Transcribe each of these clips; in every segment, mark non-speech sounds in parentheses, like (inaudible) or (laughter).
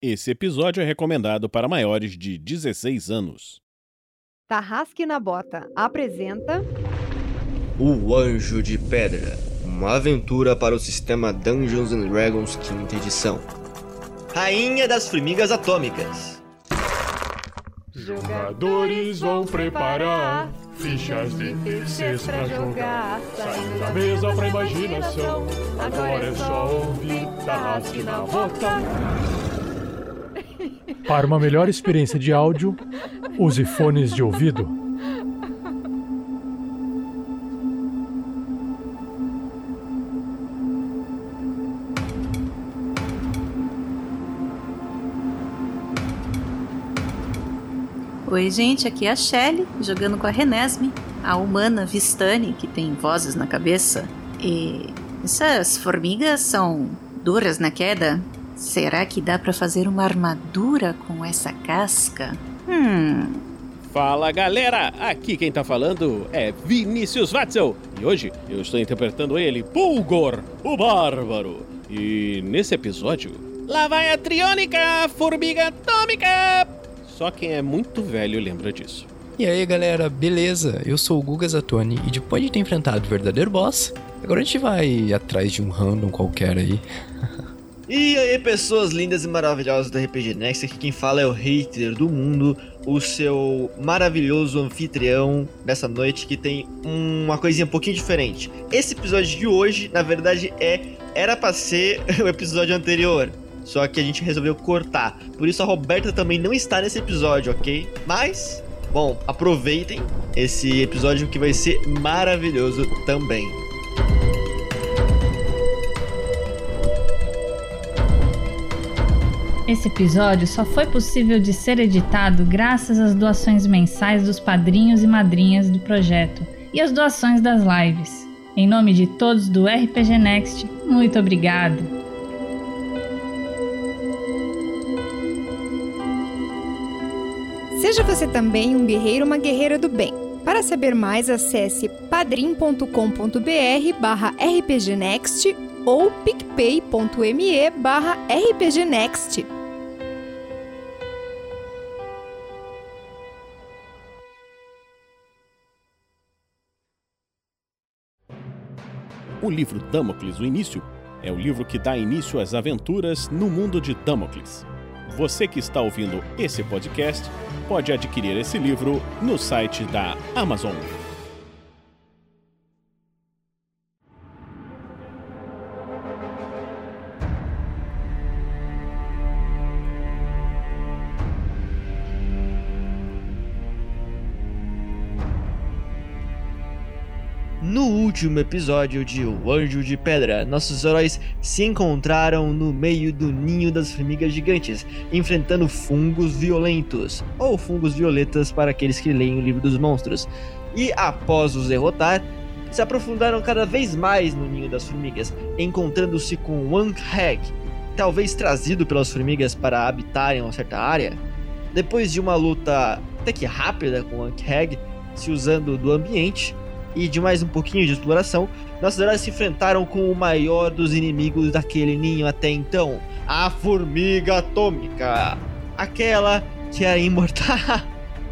Esse episódio é recomendado para maiores de 16 anos. Tarrasque na Bota apresenta. O Anjo de Pedra Uma aventura para o sistema Dungeons Dragons 5 edição. Rainha das Formigas Atômicas. Jogadores vão preparar fichas de terceiros pra jogar. Saindo da mesa pra imaginação. Agora é só ouvir Tarrasque na Bota. Para uma melhor experiência de áudio, use fones de ouvido. Oi, gente, aqui é a Shelly, jogando com a Renesme, a humana Vistani, que tem vozes na cabeça. E essas formigas são duras na queda. Será que dá pra fazer uma armadura com essa casca? Hum, Fala galera, aqui quem tá falando é Vinícius Watzel e hoje eu estou interpretando ele, Pulgor, o Bárbaro. E nesse episódio, lá vai a Triônica, formiga atômica! Só quem é muito velho lembra disso. E aí galera, beleza? Eu sou o Guga Zatoni e depois de ter enfrentado o verdadeiro boss, agora a gente vai atrás de um random qualquer (laughs) aí. E aí, pessoas lindas e maravilhosas do RPG Next, aqui quem fala é o hater do mundo, o seu maravilhoso anfitrião dessa noite que tem uma coisinha um pouquinho diferente. Esse episódio de hoje, na verdade, é era pra ser (laughs) o episódio anterior, só que a gente resolveu cortar. Por isso a Roberta também não está nesse episódio, ok? Mas, bom, aproveitem esse episódio que vai ser maravilhoso também. Esse episódio só foi possível de ser editado graças às doações mensais dos padrinhos e madrinhas do projeto e às doações das lives. Em nome de todos do RPG Next, muito obrigado! Seja você também um guerreiro ou uma guerreira do bem. Para saber mais, acesse padrim.com.br barra rpgnext ou picpay.me barra rpgnext. O livro Damocles, o Início, é o livro que dá início às aventuras no mundo de Damocles. Você que está ouvindo esse podcast pode adquirir esse livro no site da Amazon. No último episódio de O Anjo de Pedra, nossos heróis se encontraram no meio do ninho das formigas gigantes, enfrentando fungos violentos, ou fungos violetas para aqueles que leem o livro dos monstros. E após os derrotar, se aprofundaram cada vez mais no ninho das formigas, encontrando-se com Wang Hag, talvez trazido pelas formigas para habitarem uma certa área. Depois de uma luta até que rápida com Wang Hag, se usando do ambiente, e de mais um pouquinho de exploração, nossos heróis se enfrentaram com o maior dos inimigos daquele ninho até então, a formiga atômica, aquela que é imortal. (laughs)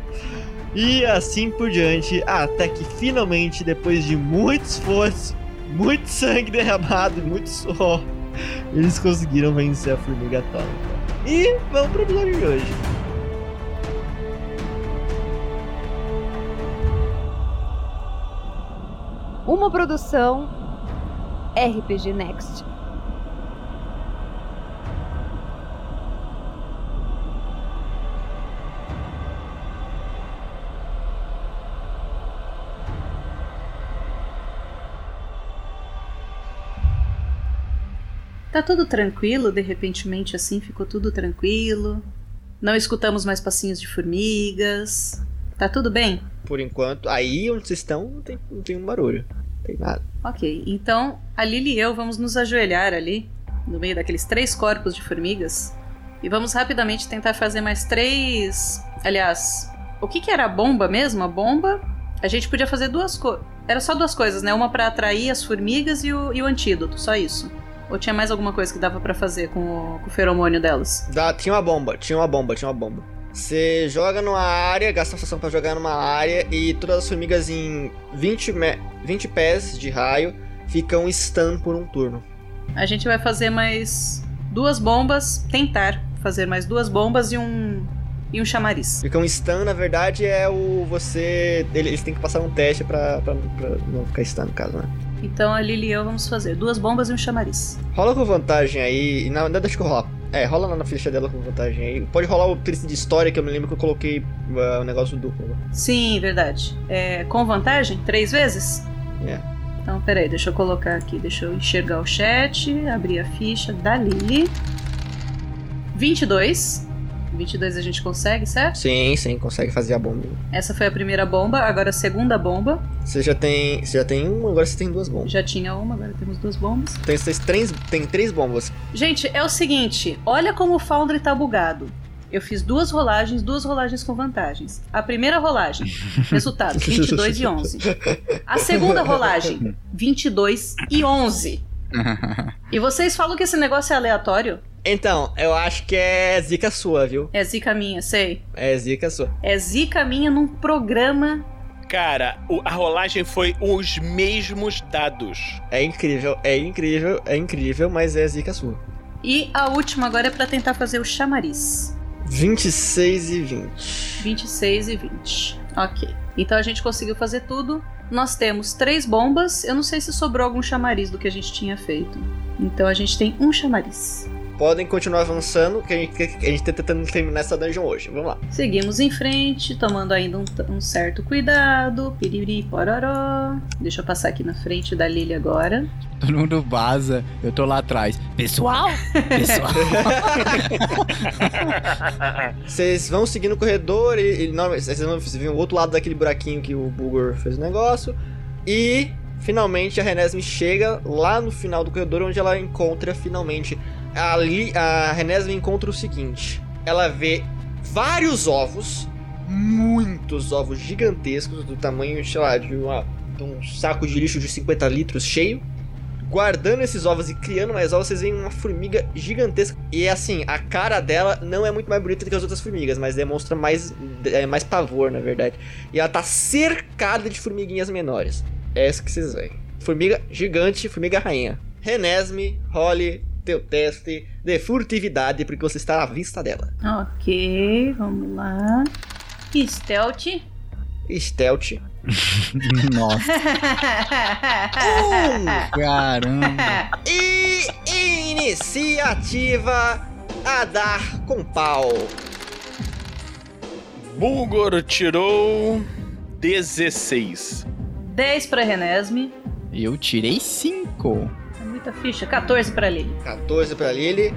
E assim por diante, até que finalmente, depois de muito esforço, muito sangue derramado, muito suor, (laughs) eles conseguiram vencer a formiga atômica. E vamos pro episódio de hoje. Uma produção RPG Next. tá tudo tranquilo, de repentemente assim ficou tudo tranquilo. Não escutamos mais passinhos de formigas. Tá tudo bem? Por enquanto, aí onde vocês estão, não tem, não tem um barulho. Não tem nada. Ok, então a Lily e eu vamos nos ajoelhar ali, no meio daqueles três corpos de formigas, e vamos rapidamente tentar fazer mais três. Aliás, o que, que era a bomba mesmo? A bomba, a gente podia fazer duas coisas. Era só duas coisas, né? Uma pra atrair as formigas e o, e o antídoto, só isso. Ou tinha mais alguma coisa que dava pra fazer com o, com o feromônio delas? Dá, tinha uma bomba, tinha uma bomba, tinha uma bomba. Você joga numa área, gasta uma ação pra jogar numa área e todas as formigas em 20, me- 20 pés de raio ficam stun por um turno. A gente vai fazer mais duas bombas, tentar fazer mais duas bombas e um e um chamariz. Ficam stun, na verdade, é o você. ele- Eles têm que passar um teste pra, pra- pra não ficar stun, no caso, né? Então a Lili e eu vamos fazer duas bombas e um chamariz. Rola com vantagem aí. e Não, não, deixa eu rolar. É, rola lá na ficha dela com vantagem aí. Pode rolar o triste de história, que eu me lembro que eu coloquei ah, o negócio duplo. né? Sim, verdade. É, com vantagem? Três vezes? É. Então, peraí, deixa eu colocar aqui, deixa eu enxergar o chat, abrir a ficha da Lili. 22. 22 a gente consegue, certo? Sim, sim, consegue fazer a bomba. Essa foi a primeira bomba, agora a segunda bomba. Você já tem. Você já tem uma, agora você tem duas bombas. Já tinha uma, agora temos duas bombas. Tem, tem, três, tem três bombas. Gente, é o seguinte, olha como o Foundry tá bugado. Eu fiz duas rolagens, duas rolagens com vantagens. A primeira rolagem, resultado 22 e 11. A segunda rolagem, 22 e 11. E vocês falam que esse negócio é aleatório? Então, eu acho que é zica sua, viu? É zica minha, sei. É zica sua. É zica minha num programa. Cara, o- a rolagem foi os mesmos dados. É incrível, é incrível, é incrível, mas é zica sua. E a última agora é pra tentar fazer o chamariz. 26 e 20. 26 e 20. Ok. Então a gente conseguiu fazer tudo. Nós temos três bombas. Eu não sei se sobrou algum chamariz do que a gente tinha feito. Então a gente tem um chamariz. Podem continuar avançando, que a gente, que a gente tá tentando terminar essa dungeon hoje. Vamos lá. Seguimos em frente, tomando ainda um, t- um certo cuidado. Piriri, pororó. Deixa eu passar aqui na frente da Lily agora. Todo mundo vaza, eu tô lá atrás. Pessoal! Pessoal! (laughs) Vocês vão seguindo o corredor e, e não, vocês vão vocês vêm o outro lado daquele buraquinho que o Bulgor fez o negócio. E finalmente a Renesme chega lá no final do corredor onde ela encontra finalmente. Ali a Renesme encontra o seguinte: ela vê vários ovos, muitos ovos gigantescos, do tamanho, sei lá, de, uma- de um saco de lixo de 50 litros cheio. Guardando esses ovos e criando mais ovos, vocês veem uma formiga gigantesca. E assim, a cara dela não é muito mais bonita do que as outras formigas, mas demonstra mais, é, mais pavor, na verdade. E ela tá cercada de formiguinhas menores. É isso que vocês veem. Formiga gigante, formiga rainha. Renesme, role, teu teste de furtividade, porque você está à vista dela. Ok, vamos lá. Stealth. (laughs) Stealth. Nossa, É, Um! caramba! E iniciativa a dar com pau. Bulgor tirou 16. 10 pra Renesme. Eu tirei cinco. É muita ficha. 14 pra Lily. 14 pra Lily.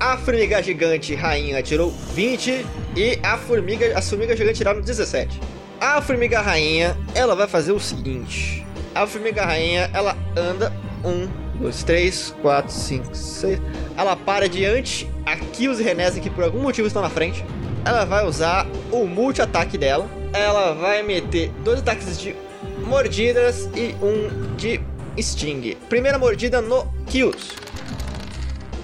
A formiga gigante rainha tirou 20 e a formiga, a formiga gigante tiraram 17. A formiga rainha, ela vai fazer o seguinte. A formiga rainha, ela anda 1, 2, 3, 4, 5, 6. Ela para diante aqui os renés que por algum motivo estão na frente. Ela vai usar o multi-ataque dela. Ela vai meter dois ataques de mordidas e um de sting. Primeira mordida no Kills.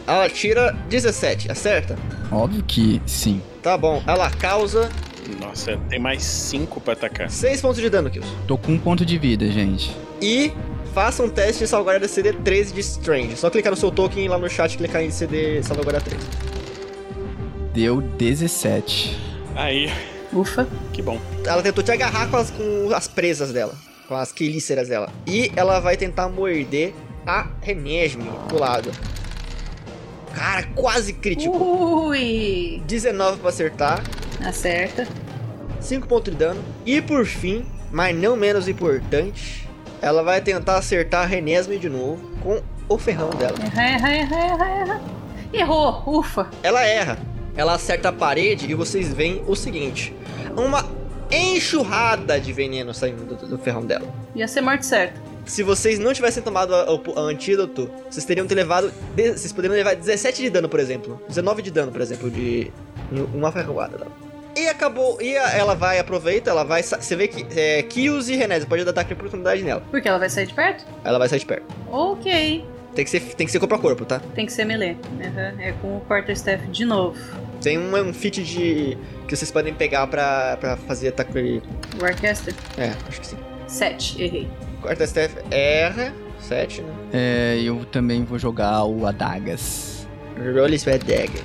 Ela tira 17, acerta? Óbvio que sim. Tá bom, ela causa Nossa, tem mais 5 pra atacar. 6 pontos de dano, Kills. Tô com um ponto de vida, gente. E faça um teste de salvaguarda CD 13 de Strange. Só clicar no seu token lá no chat e clicar em CD salvaguarda 3. Deu 17. Aí, Ufa. que bom. Ela tentou te agarrar com as, com as presas dela, com as quelíceras dela. E ela vai tentar morder a Renesme do lado. Cara, quase crítico. Ui. 19 pra acertar. Acerta. 5 pontos de dano. E por fim, mas não menos importante, ela vai tentar acertar a Renesme de novo com o ferrão dela. Erra, erra, erra, erra, erra. Errou, ufa. Ela erra. Ela acerta a parede e vocês veem o seguinte: uma enxurrada de veneno saindo do, do ferrão dela. Ia ser morte certa. Se vocês não tivessem tomado a- o- a antídoto, vocês teriam ter levado. de- vocês poderiam levar 17 de dano, por exemplo. 19 de dano, por exemplo, de. em Uma ferroada. dela. E acabou. E a- ela vai, aproveita, ela vai. sa- Você vê que. É, Kills e Renésia pode dar ataque de oportunidade nela. Porque ela vai sair de perto? Ela vai sair de perto. Ok. Tem que ser, tem que ser corpo a corpo, tá? Tem que ser melee. Aham, É com o quarterstaff de novo. Tem um, um feat de. que vocês podem pegar pra, pra fazer ataque. Warcaster? É, acho que sim. 7, errei. Quarta staff erra. 7, né? É, eu também vou jogar o Adagas. Roll is bad dagger.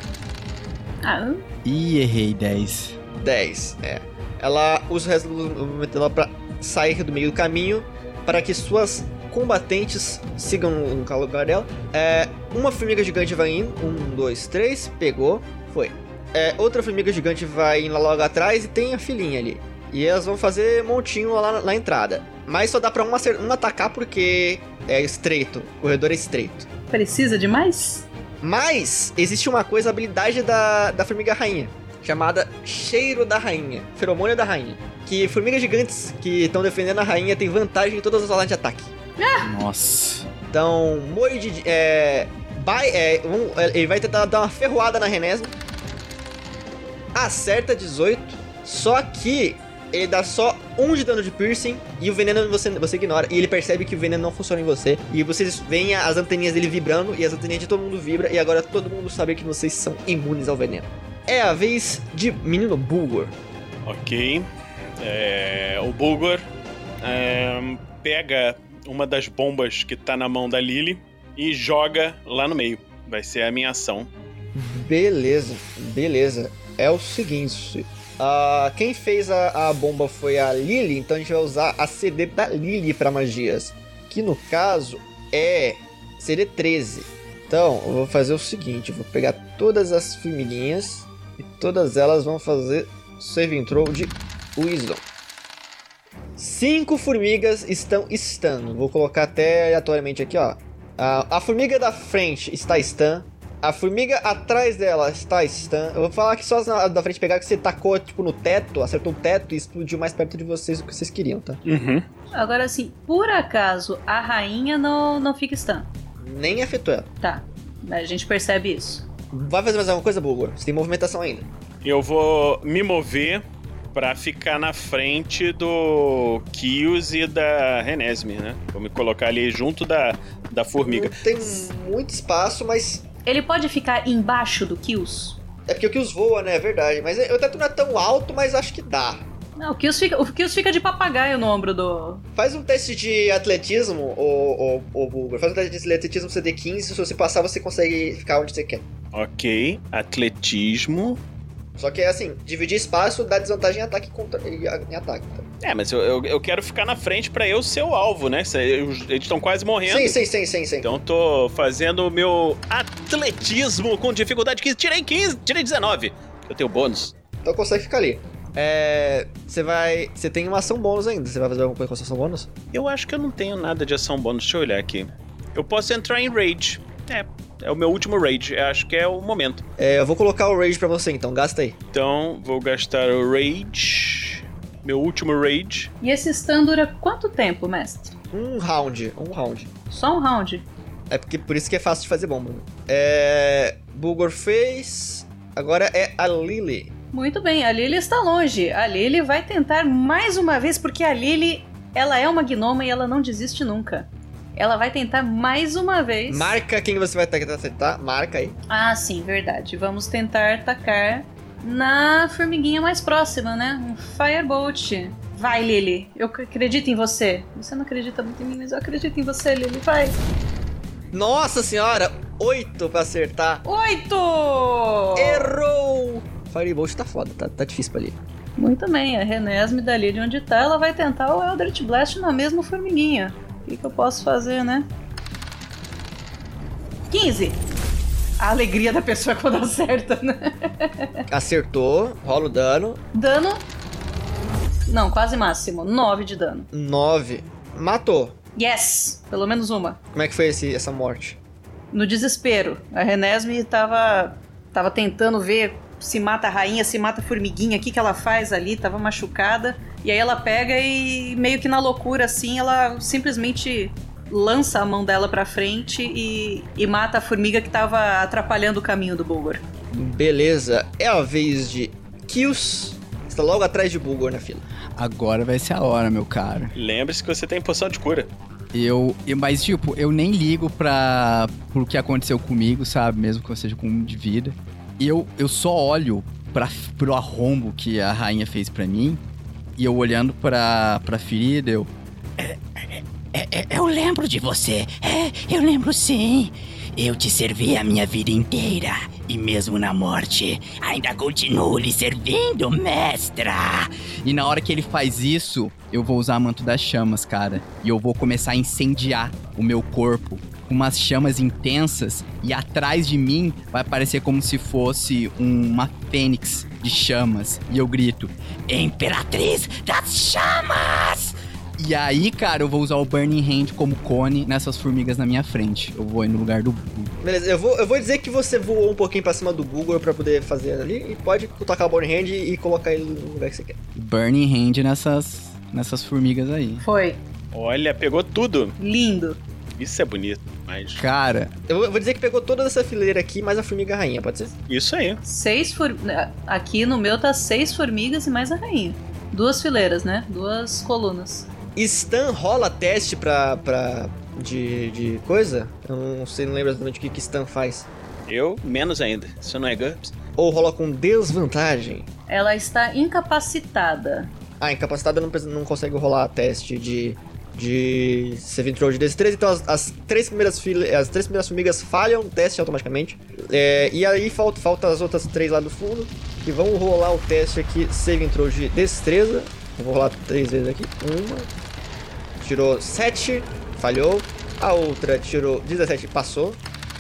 Ah, Ih, errei 10. 10, é. Ela usa o resto do movimento dela pra sair do meio do caminho para que suas combatentes sigam no no lugar dela. É, uma formiga gigante vai indo. Um, dois, três. Pegou. Foi. É, outra formiga gigante vai indo lá logo atrás e tem a filhinha ali. E elas vão fazer montinho lá na, na entrada. Mas só dá pra uma, acer- uma atacar porque é estreito. O corredor é estreito. precisa de mais? Mas existe uma coisa, a habilidade da, da formiga rainha, chamada cheiro da rainha, feromônio da rainha. Que formigas gigantes que estão defendendo a rainha têm vantagem em todas as rodadas de ataque. Nossa. Então, Moi de. É, vai, é, um- é, ele vai tentar dar uma ferroada na Renesma. Acerta 18. Só que ele dá só um de dano de piercing e o veneno você, você ignora. E ele percebe que o veneno não funciona em você. E vocês veem as anteninhas dele vibrando e as anteninhas de todo mundo vibra. E agora todo mundo sabe que vocês são imunes ao veneno. É a vez de menino Bulgor. Ok. É, o Bulgor é, pega uma das bombas que tá na mão da Lily e joga lá no meio. Vai ser a minha ação. Beleza, beleza. É o seguinte. ah, quem fez a, a bomba foi a Lily, então a gente vai usar a CD da Lily para magias. Que no caso é CD 13. Então, eu vou fazer o seguinte: eu vou pegar todas as formiguinhas e todas elas vão fazer saving throw de Wisdom. Cinco formigas estão estando. Vou colocar até aleatoriamente aqui, ó. Ah, a formiga da frente está stun. A formiga atrás dela está stun. Eu vou falar que só as na- da frente pegar que você tacou, tipo, no teto, acertou o teto e explodiu mais perto de vocês do que vocês queriam, tá? Uhum. Agora assim, por acaso a rainha não, não fica stun. Nem afetou ela. Tá. A gente percebe isso. Vai fazer mais alguma coisa, Bulgor? Você tem movimentação ainda. Eu vou me mover pra ficar na frente do Kios e da Renesme, né? Vou me colocar ali junto da, da formiga. Não tem muito espaço, mas. Ele pode ficar embaixo do Kills? É porque o que os voa, né? É verdade. Mas é- o teto não é tão alto, mas acho que dá. Não, o Kills fica, o Kills fica de papagaio no ombro do. Faz um teste de atletismo, ô, ô, ô Bulgor. Faz um teste de atletismo CD15. Se você passar, você consegue ficar onde você quer. Ok. Atletismo. Só que é assim, dividir espaço dá desvantagem em ataque contra, em a- em ataque. tá? É, mas eu, eu, eu quero ficar na frente pra eu ser o alvo, né? Se- eu- Eles estão quase morrendo. Sim, sim, sim, sim, sim. Então tô fazendo o meu atletismo com dificuldade 15. Tirei 15, tirei 19. Eu tenho bônus. Então consegue ficar ali. É. Você vai. Você tem uma ação bônus ainda. Você vai fazer alguma coisa com a sua ação bônus? Eu acho que eu não tenho nada de ação bônus. Deixa eu olhar aqui. Eu posso entrar em raid. É, é o meu último raid. Eu acho que é o momento. É, eu vou colocar o Rage pra você então, gasta aí. Então vou gastar o raid. Meu último raid. E esse stun dura quanto tempo, mestre? Um round, um round. Só um round. É porque por isso que é fácil de fazer bomba. É. Bulgor fez. Agora é a Lily. Muito bem, a Lily está longe. A Lily vai tentar mais uma vez, porque a Lily, ela é uma gnoma e ela não desiste nunca. Ela vai tentar mais uma vez. Marca quem você vai tentar acertar. Marca aí. Ah, sim, verdade. Vamos tentar atacar na formiguinha mais próxima, né? Um Firebolt. Vai, Lily. Eu c- acredito em você. Você não acredita muito em mim, mas eu acredito em você, Lily. Vai. Nossa senhora! Oito pra acertar. Oito! Errou! Firebolt tá foda, tá, tá difícil pra ali. Muito bem, a Renesme dali de onde tá, ela vai tentar o Eldritch Blast na mesma formiguinha. O que, que eu posso fazer, né? 15! A alegria da pessoa (laughs) quando acerta, né? Acertou, rola o dano. Dano. Não, quase máximo. 9 de dano. 9. Matou. Yes! Pelo menos uma. Como é que foi esse- essa morte? No desespero. A Renesme tava, tava tentando ver se mata a rainha, se mata a formiguinha, o que, que ela faz ali, tava machucada. E aí ela pega e, meio que na loucura, assim, ela simplesmente lança a mão dela pra frente e, e mata a formiga que tava atrapalhando o caminho do Bulgor. Beleza, é a vez de Kills. tá Está logo atrás de Bulgor na fila. Agora vai ser a hora, meu caro. Lembre-se que você tem poção de cura. Eu, eu, mas, tipo, eu nem ligo pra, pro que aconteceu comigo, sabe? Mesmo que eu seja com um de vida. E eu, eu só olho pra, pro arrombo que a rainha fez pra mim. E eu olhando pra, pra ferida, eu. "É, eu lembro de você. É, eu lembro sim. Eu te servi a minha vida inteira. E mesmo na morte, ainda continuo lhe servindo, mestra. E na hora que ele faz isso, eu vou usar manto das chamas, cara. E eu vou começar a incendiar o meu corpo com umas chamas intensas. E atrás de mim vai parecer como se fosse um- uma fênix de chamas. E eu grito: Imperatriz das chamas! E aí, cara, eu vou usar o Burning Hand como cone nessas formigas na minha frente. Eu vou aí no lugar do. Beleza, eu vou, eu vou dizer que você voou um pouquinho pra cima do Google pra poder fazer ali e pode tocar o Bone Hand e colocar ele no lugar que você quer. Burning Hand nessas, nessas formigas aí. Foi. Olha, pegou tudo. Lindo. Isso é bonito, mas. Cara, Eu vou, eu vou dizer que pegou toda essa fileira aqui, mais a formiga rainha, pode ser? Isso aí. Seis for... Aqui no meu tá seis formigas e mais a rainha. Duas fileiras, né? Duas colunas. Stan rola teste pra. pra de, de coisa? Eu não sei, não lembro exatamente o que, que Stan faz. Eu, menos ainda. Isso não é GURPS. Ou rola com desvantagem? Ela está incapacitada. Ah, incapacitada não, precisa- não consegue rolar teste de. De. Saving throw de DC3, então as, as três primeiras file, as três primeiras formigas falham o teste automaticamente. É, e aí falta, falta as outras três lá do fundo. E vamos rolar o teste aqui, saving throw de destreza. Eu vou rolar três vezes aqui. Uma. Tirou 7, falhou. A outra tirou 17, passou.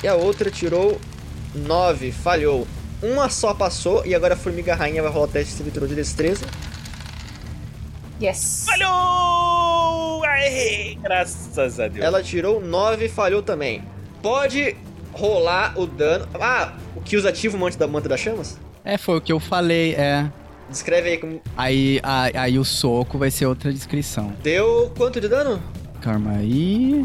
E a outra tirou 9, falhou. Uma só passou e agora a formiga rainha vai rolar o teste de saving throw de destreza. Yes. Falhou! Aê! Graças a Deus. Ela tirou 9 e falhou também. Pode rolar o dano. Ah, o que usa ativo o manto da manta das chamas? é, foi o que eu falei, é. Descreve aí como. Aí, aí, aí o soco vai ser outra descrição. Deu quanto de dano? Calma aí.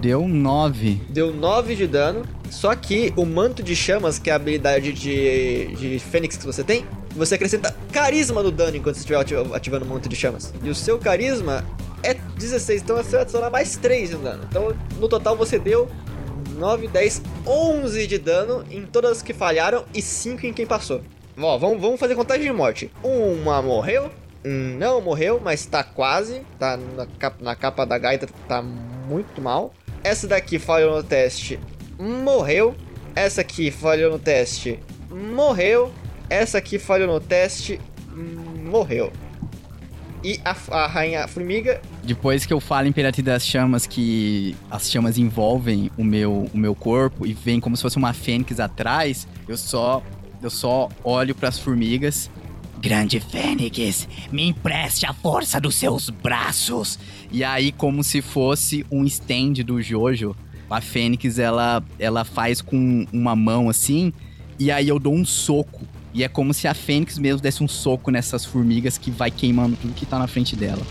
Deu 9. Deu 9 de dano. Só que o manto de chamas, que é a habilidade de, de Fênix que você tem, você acrescenta carisma no dano enquanto você estiver ati- ativando o manto de chamas. E o seu carisma é 16, então você vai adicionar mais 3 de dano. Então no total você deu 9, 10, 11 de dano em todas que falharam e 5 em quem passou. Ó, vamos, vamos fazer contagem de morte. Uma morreu, hum, não morreu, mas tá quase. Tá na capa, na capa da gaita, tá muito mal. Essa daqui falhou no teste, morreu. Essa aqui falhou no teste, morreu. Essa aqui falhou no teste, hum, morreu. E a, a rainha formiga Depois que eu falo em Imperatriz das Chamas que as chamas envolvem o meu, o meu corpo e vem como se fosse uma fênix atrás, eu só eu só olho pras formigas. Grande Fênix, me empreste a força dos seus braços! E aí como se fosse um stand do Jojo, a fênix ela ela faz com uma mão assim, e aí eu dou um soco. E é como se a fênix mesmo desse um soco nessas formigas que vai queimando tudo que tá na frente dela.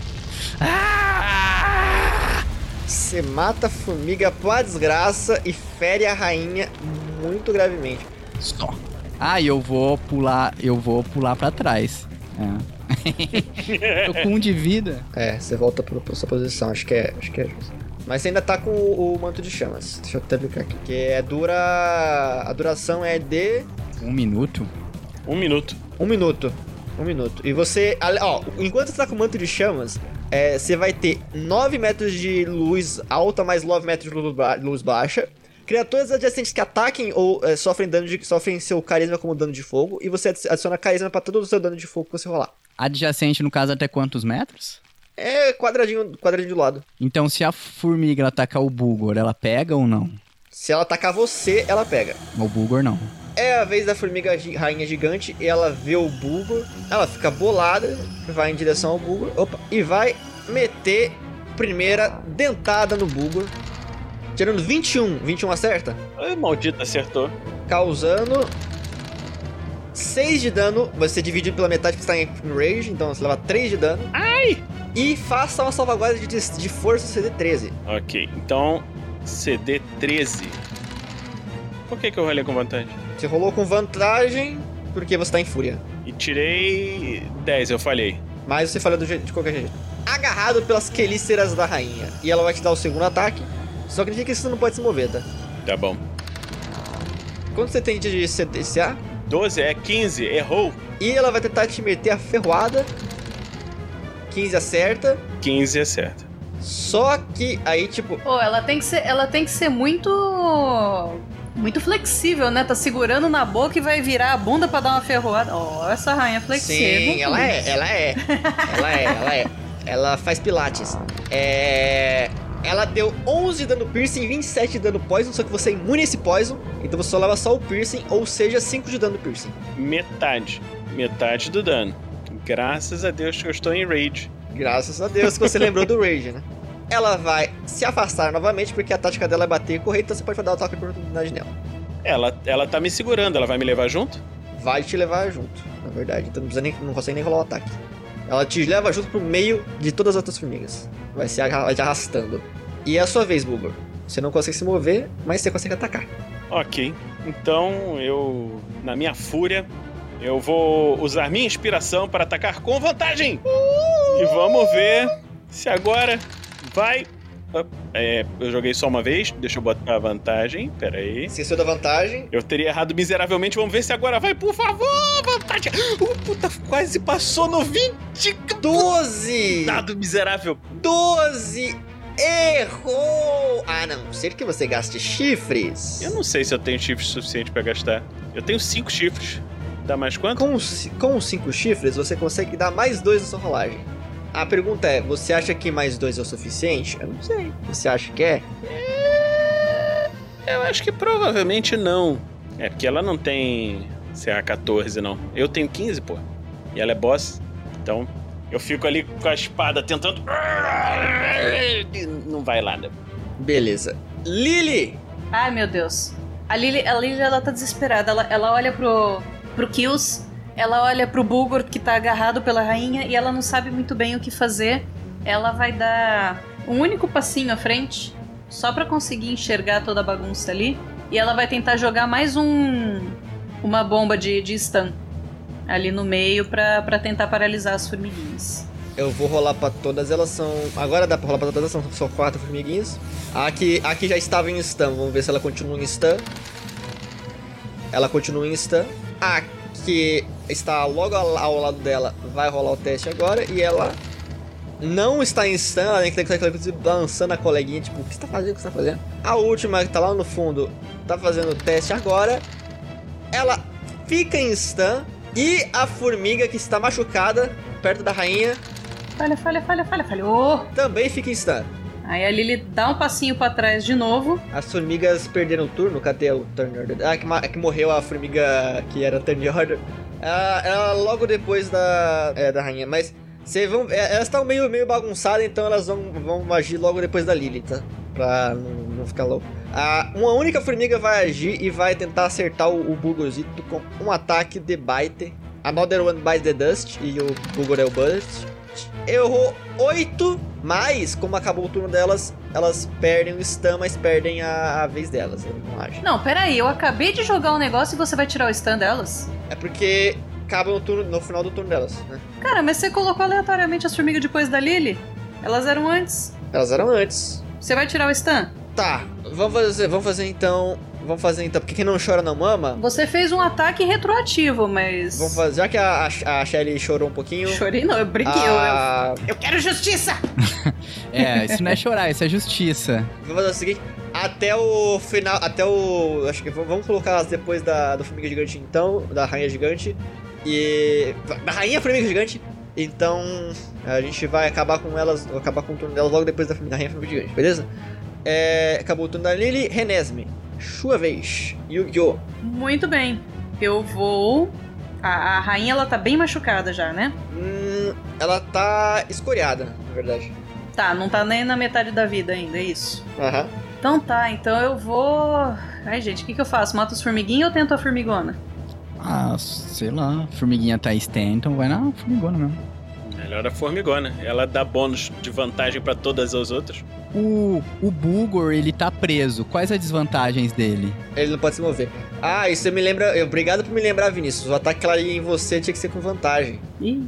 Você mata a formiga pra desgraça e fere a rainha muito gravemente. Só. Ah, e eu vou pular, eu vou pular pra trás. É. (laughs) Tô com um de vida. É, você volta pro- pra sua posição, acho que é, acho que é justo. Mas você ainda tá com o, o manto de chamas. Deixa eu até clicar aqui. Que é dura. A duração é de. Um minuto? Um minuto. Um minuto. Um minuto. E você. ale- Ó, enquanto você tá com o manto de chamas, é, você vai ter 9 metros de luz alta mais 9 metros de luz, ba- luz baixa. Criaturas adjacentes que ataquem ou é, sofrem dano de. sofrem seu carisma como dano de fogo. E você adi- adiciona carisma pra todo o seu dano de fogo que você rolar. Adjacente, no caso, até quantos metros? É quadradinho, quadradinho do lado. Então, se a formiga ela atacar o Bulgor, ela pega ou não? Se ela atacar você, ela pega. O Bulgor não. É a vez da formiga gi- rainha gigante, e ela vê o Bulgor, ela fica bolada, vai em direção ao Bulgor, opa, e vai meter primeira dentada no Bulgor, tirando 21, 21 acerta, Ai, maldito, acertou. causando 6 de dano, você divide pela metade que está em rage, então você leva 3 de dano. Ai! E faça uma salvaguarda de, des- de força CD 13. Ok, então CD 13. Por que, que eu rolei com vantagem? Você rolou com vantagem, porque você está em fúria. E tirei 10, eu falhei. Mas você falha do jeito, de qualquer jeito. agarrado pelas quelíceras da rainha. E ela vai te dar o segundo ataque. Só acredita que você não pode se mover, tá? Tá bom. Quanto você tem de CDCA? 12 é 15, errou. E ela vai tentar te meter a ferroada. 15 acerta. 15 é certo. Só que aí, tipo, Pô, ela tem que ser, ela tem que ser muito muito flexível, né? Tá segurando na boca e vai virar a bunda pra dar uma ferroada. Ó, essa rainha flexível. Sim, ela é, ela é. Ela é, ela é. Ela faz pilates. É. Ela deu 11 dano piercing e 27 de dano poison, só que você é imune a esse poison, então você só leva só o piercing, ou seja, 5 de dano piercing. Metade. Metade do dano. Graças a Deus que eu estou em raid. Graças a Deus que você lembrou do Rage, né? Ela vai se afastar novamente, porque a tática dela é bater e correr, então você pode dar o ataque de oportunidade nela. Ela, ela tá me segurando, ela vai me levar junto? Vai te levar junto, na verdade, então não, precisa nem, não consegue nem rolar o ataque. Ela te leva junto pro meio de todas as outras formigas. Vai se arra- vai te arrastando. E é a sua vez, Bulbur. Você não consegue se mover, mas você consegue atacar. Ok. Então eu, na minha fúria, eu vou usar minha inspiração para atacar com vantagem. E vamos ver se agora vai. Op, é, eu joguei só uma vez, deixa eu botar a vantagem. Pera aí. Esqueceu da vantagem. Eu teria errado miseravelmente, vamos ver se agora vai, por favor, vantagem. Uh, puta, quase passou no 20. 12! Dado miserável. 12! Errou! A não ser que você gaste chifres. Eu não sei se eu tenho chifres suficiente para gastar. Eu tenho cinco chifres. Dá mais quanto? Com, os ci- com os cinco chifres, você consegue dar mais dois na sua rolagem. A pergunta é: você acha que mais dois é o suficiente? Eu não sei. Você acha que é? Eu acho que provavelmente não. É, porque ela não tem CA14, não. Eu tenho 15, pô. E ela é boss. Então, eu fico ali com a espada tentando. Não vai lá, né? Beleza. Lily! Ai, meu Deus. A Lily, a Lily ela tá desesperada. Ela, ela olha pro, pro Kills, ela olha pro Bulgor que tá agarrado pela rainha e ela não sabe muito bem o que fazer. Ela vai dar um único passinho à frente, só pra conseguir enxergar toda a bagunça ali. E ela vai tentar jogar mais um. uma bomba de, de stun ali no meio pra, pra tentar paralisar as formiguinhas. Eu vou rolar pra todas elas, são. Agora dá pra rolar pra todas elas, são só quatro formiguinhas. A que, a que já estava em stun, vamos ver se ela continua em stun. Ela continua em stun. A que está logo ao ao lado dela vai rolar o teste agora e ela não está em stun, ela tem que estar balançando a coleguinha, tipo, o que você tá fazendo? O que você tá fazendo? A última que tá lá no fundo tá fazendo o teste agora. Ela fica em stun e a formiga que está machucada perto da rainha Falha, falha, falha, falha, falha. Ô! também fica em stun. Aí a Lily dá um passinho pra trás de novo. As formigas perderam o turno, cadê o turn order? Ah, que, ma- que morreu a formiga que era turn order. Ah, ela logo depois da, é, da rainha, mas cê vão, é, elas estão meio, meio bagunçadas, então elas vão, vão agir logo depois da Lily, tá? Pra não, não ficar louco. Ah, uma única formiga vai agir e vai tentar acertar o, o Bulgurzito com um ataque de bite. Another one bites the dust e o Bulgur é o Burst. Errou 8, mas como acabou o turno delas, elas perdem o stun, mas perdem a, a vez delas, eu não acho. Não, peraí, eu acabei de jogar um negócio e você vai tirar o stun delas? É porque acaba no, turno, no final do turno delas, né? Cara, mas você colocou aleatoriamente as formigas depois da Lily? Elas eram antes. Elas eram antes. Você vai tirar o stun? Tá, vamos fazer, vamos fazer então. Vamos fazer então, porque quem não chora não mama. Você fez um ataque retroativo, mas. Vamos fazer, já que a, a, a Shelly chorou um pouquinho. Chorei não, eu briguei. eu- a- Eu, eu quero justiça! É, isso não é chorar, isso é justiça. Vamos fazer o seguinte, até o final, até o, acho que v- vamos colocar elas depois da do formiga gigante então, da rainha gigante e da rainha formiga gigante. Então, a gente vai acabar com elas, acabar com o turno delas logo depois da, formiga- da rainha formiga gigante, beleza? É, acabou o turno da Lily, Renesme. Sua vez. Yu-Gi-Oh! Muito bem. Eu vou. A, a rainha ela tá bem machucada já, né? Hum, ela tá escoreada, na verdade. Tá, não tá nem na metade da vida ainda, é isso. Aham. Então tá, então eu vou. Ai, gente, o que, que eu faço? Mato os formiguinhos ou tento a formigona? Ah, sei lá, formiguinha tá stand, então vai na formigona mesmo. Melhor a formigona. Ela dá bônus de vantagem pra todas as outras. O, o Bulgor, ele tá preso. Quais as desvantagens dele? Ele não pode se mover. Ah, isso me lembra. Obrigado por me lembrar, Vinícius. O ataque que ela ia em você tinha que ser com vantagem. Ih,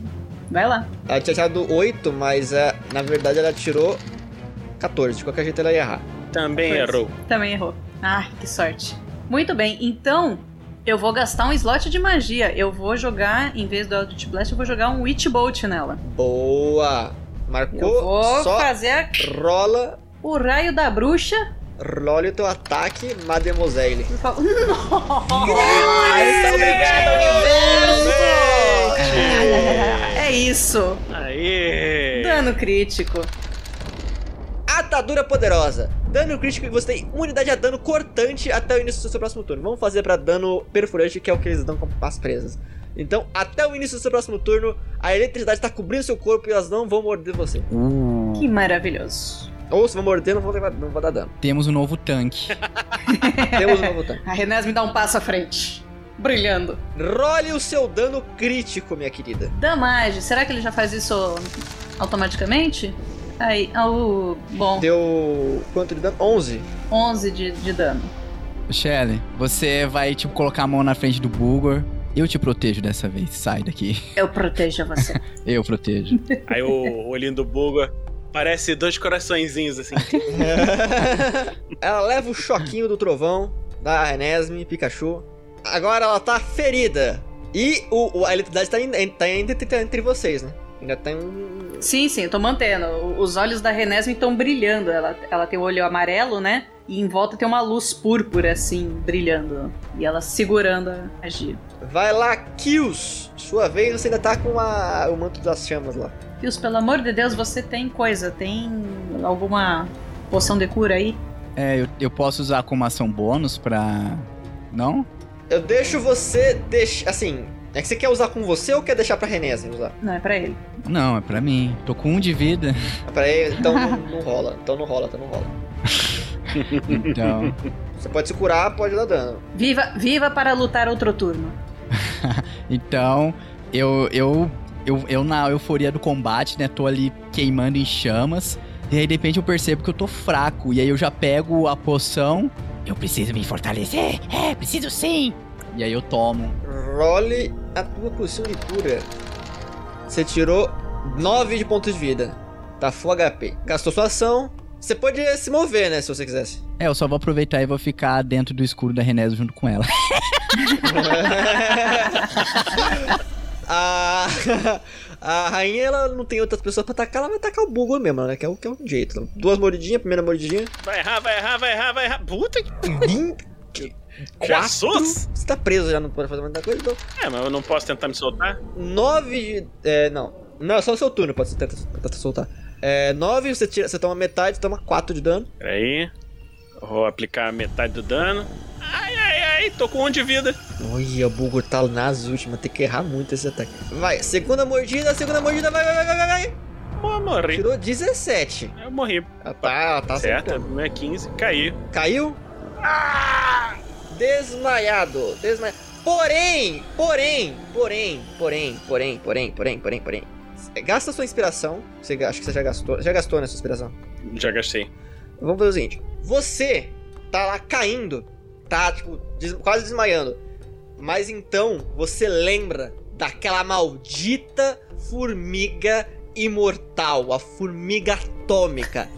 vai lá. Ela tinha tirado 8, mas é, Na verdade, ela tirou 14. De qualquer jeito, ela ia errar. Também errou. Também errou. Ah, que sorte. Muito bem, então eu vou gastar um slot de magia. Eu vou jogar, em vez do Eldritch Blast, eu vou jogar um Witch Bolt nela. Boa! Marcou, Eu vou só fazer a- rola, o raio da bruxa. rola o teu ataque, Mademoiselle. e falo, (laughs) Nossa! Muito obrigado, universo! É isso. É. Aê! Dano crítico. Atadura poderosa. Dano crítico e você tem unidade a dano cortante até o início do seu próximo turno. Vamos fazer pra dano perfurante, que é o que eles dão com as presas. Então, até o início do seu próximo turno, a eletricidade tá cobrindo seu corpo e elas não vão morder você. Que maravilhoso. Ou se vão morder, não vão, levar- não vão dar dano. Temos um novo tanque. (laughs) Temos um novo tanque. A Renés me dá um passo à frente. Brilhando. Role o seu dano crítico, minha querida. Damage, será que ele já faz isso automaticamente? Aí, au, bom, Deu quanto de dano? 11. 11 de, de dano. Shelly, você vai, tipo, colocar a mão na frente do Bulgor. Eu te protejo dessa vez. Sai daqui. Eu protejo você. (laughs) Eu protejo. Aí o olhinho do Bulga parece dois coraçõezinhos assim. É. (laughs) ela leva o choquinho do trovão da Renesme, Pikachu. Agora ela tá ferida. E o, o- a eletricidade tá, ainda- tá ainda entre- tá entre vocês, né? Ainda tem um. Sim, sim, eu tô mantendo. O- Os olhos da Renesme estão brilhando. Ela, ela tem o olho amarelo, né? E em volta tem uma luz púrpura, assim, brilhando. E ela segurando a a Gia. Vai lá, Kills! Sua vez, você ainda tá com a- o manto das chamas lá. Fios, pelo amor de Deus, você tem coisa, tem alguma poção de cura aí? é, eu, eu posso usar como ação bônus pra. Não? Eu deixo você. Deix... Assim, é que você quer usar com você ou quer deixar pra Renesme usar? Não, é pra ele. Não, é pra mim. Tô com um de (laughs) vida. Pra ele, então não, não rola. Então não rola, então não rola. Então. Você pode se curar, pode dar dano. Viva, viva para lutar outro turno. Então, eu, eu, eu, eu na euforia do combate, né? Tô ali queimando em chamas. E aí, de repente, eu percebo que eu tô fraco. E aí, eu já pego a poção. Eu preciso me fortalecer. É, preciso sim. E aí, eu tomo. Role a tua poção de cura. Você tirou 9 de pontos de vida. Tá full HP. Gastou sua ação. Você pode se mover, né? Se você quisesse. É, eu só vou aproveitar e vou ficar dentro do escuro da Renesa junto com ela. (laughs) a... a rainha, ela não tem outras pessoas pra atacar. Ela vai atacar o Bugo mesmo, né? Que é o que é o jeito. Duas mordidinhas, primeira mordidinha. Vai errar, vai errar, vai errar, vai errar. Puta que. Vim- Quatro. Jesus! Você tá preso, já não pode fazer muita coisa. Então, É, mas eu não posso tentar me soltar. 9 de. É, não. Não, é só o seu turno, pode tentar, tentar soltar. É, 9, você, tira, você toma metade, você toma 4 de dano. Peraí. Vou aplicar metade do dano. Ai, ai, ai, tô com um de vida. Olha, o Bulgur tá nas últimas, tem que errar muito esse ataque. Vai, segunda mordida, segunda mordida, vai, vai, vai, vai, vai, vai. Mo- morri. Tirou 17. Eu morri. Ela tá, ela tá sem Certo, dano. não é 15. Caí. Caiu. Desmaiado, desmaiado. Porém, porém, porém, porém, porém, porém, porém, porém, porém. Gasta sua inspiração. Você, acho que você já gastou, já gastou né, sua inspiração. Já gastei. Vamos fazer o seguinte: você tá lá caindo, tá tipo des- quase desmaiando. Mas então você lembra daquela maldita formiga imortal, a formiga atômica.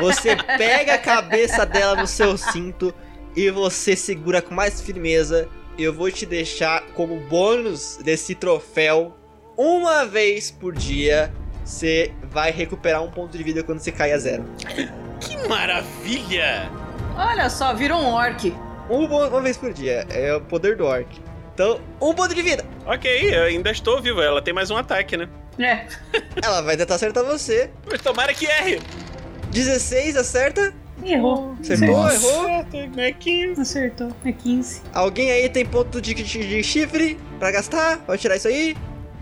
Você pega a cabeça dela no seu cinto e você segura com mais firmeza. Eu vou te deixar como bônus desse troféu uma vez por dia. Você vai recuperar um ponto de vida quando você cair a zero. Que maravilha! Olha só, virou um orc. Um bo- uma vez por dia. É o poder do orc. Então, um ponto de vida. Ok, eu ainda estou vivo. Ela tem mais um ataque, né? É. Ela vai tentar acertar você. Mas tomara que erre. 16, acerta. Errou. Acertou, Nossa. errou. Não é 15. Acertou. É 15. Alguém aí tem ponto de, de, de chifre pra gastar? Pode tirar isso aí.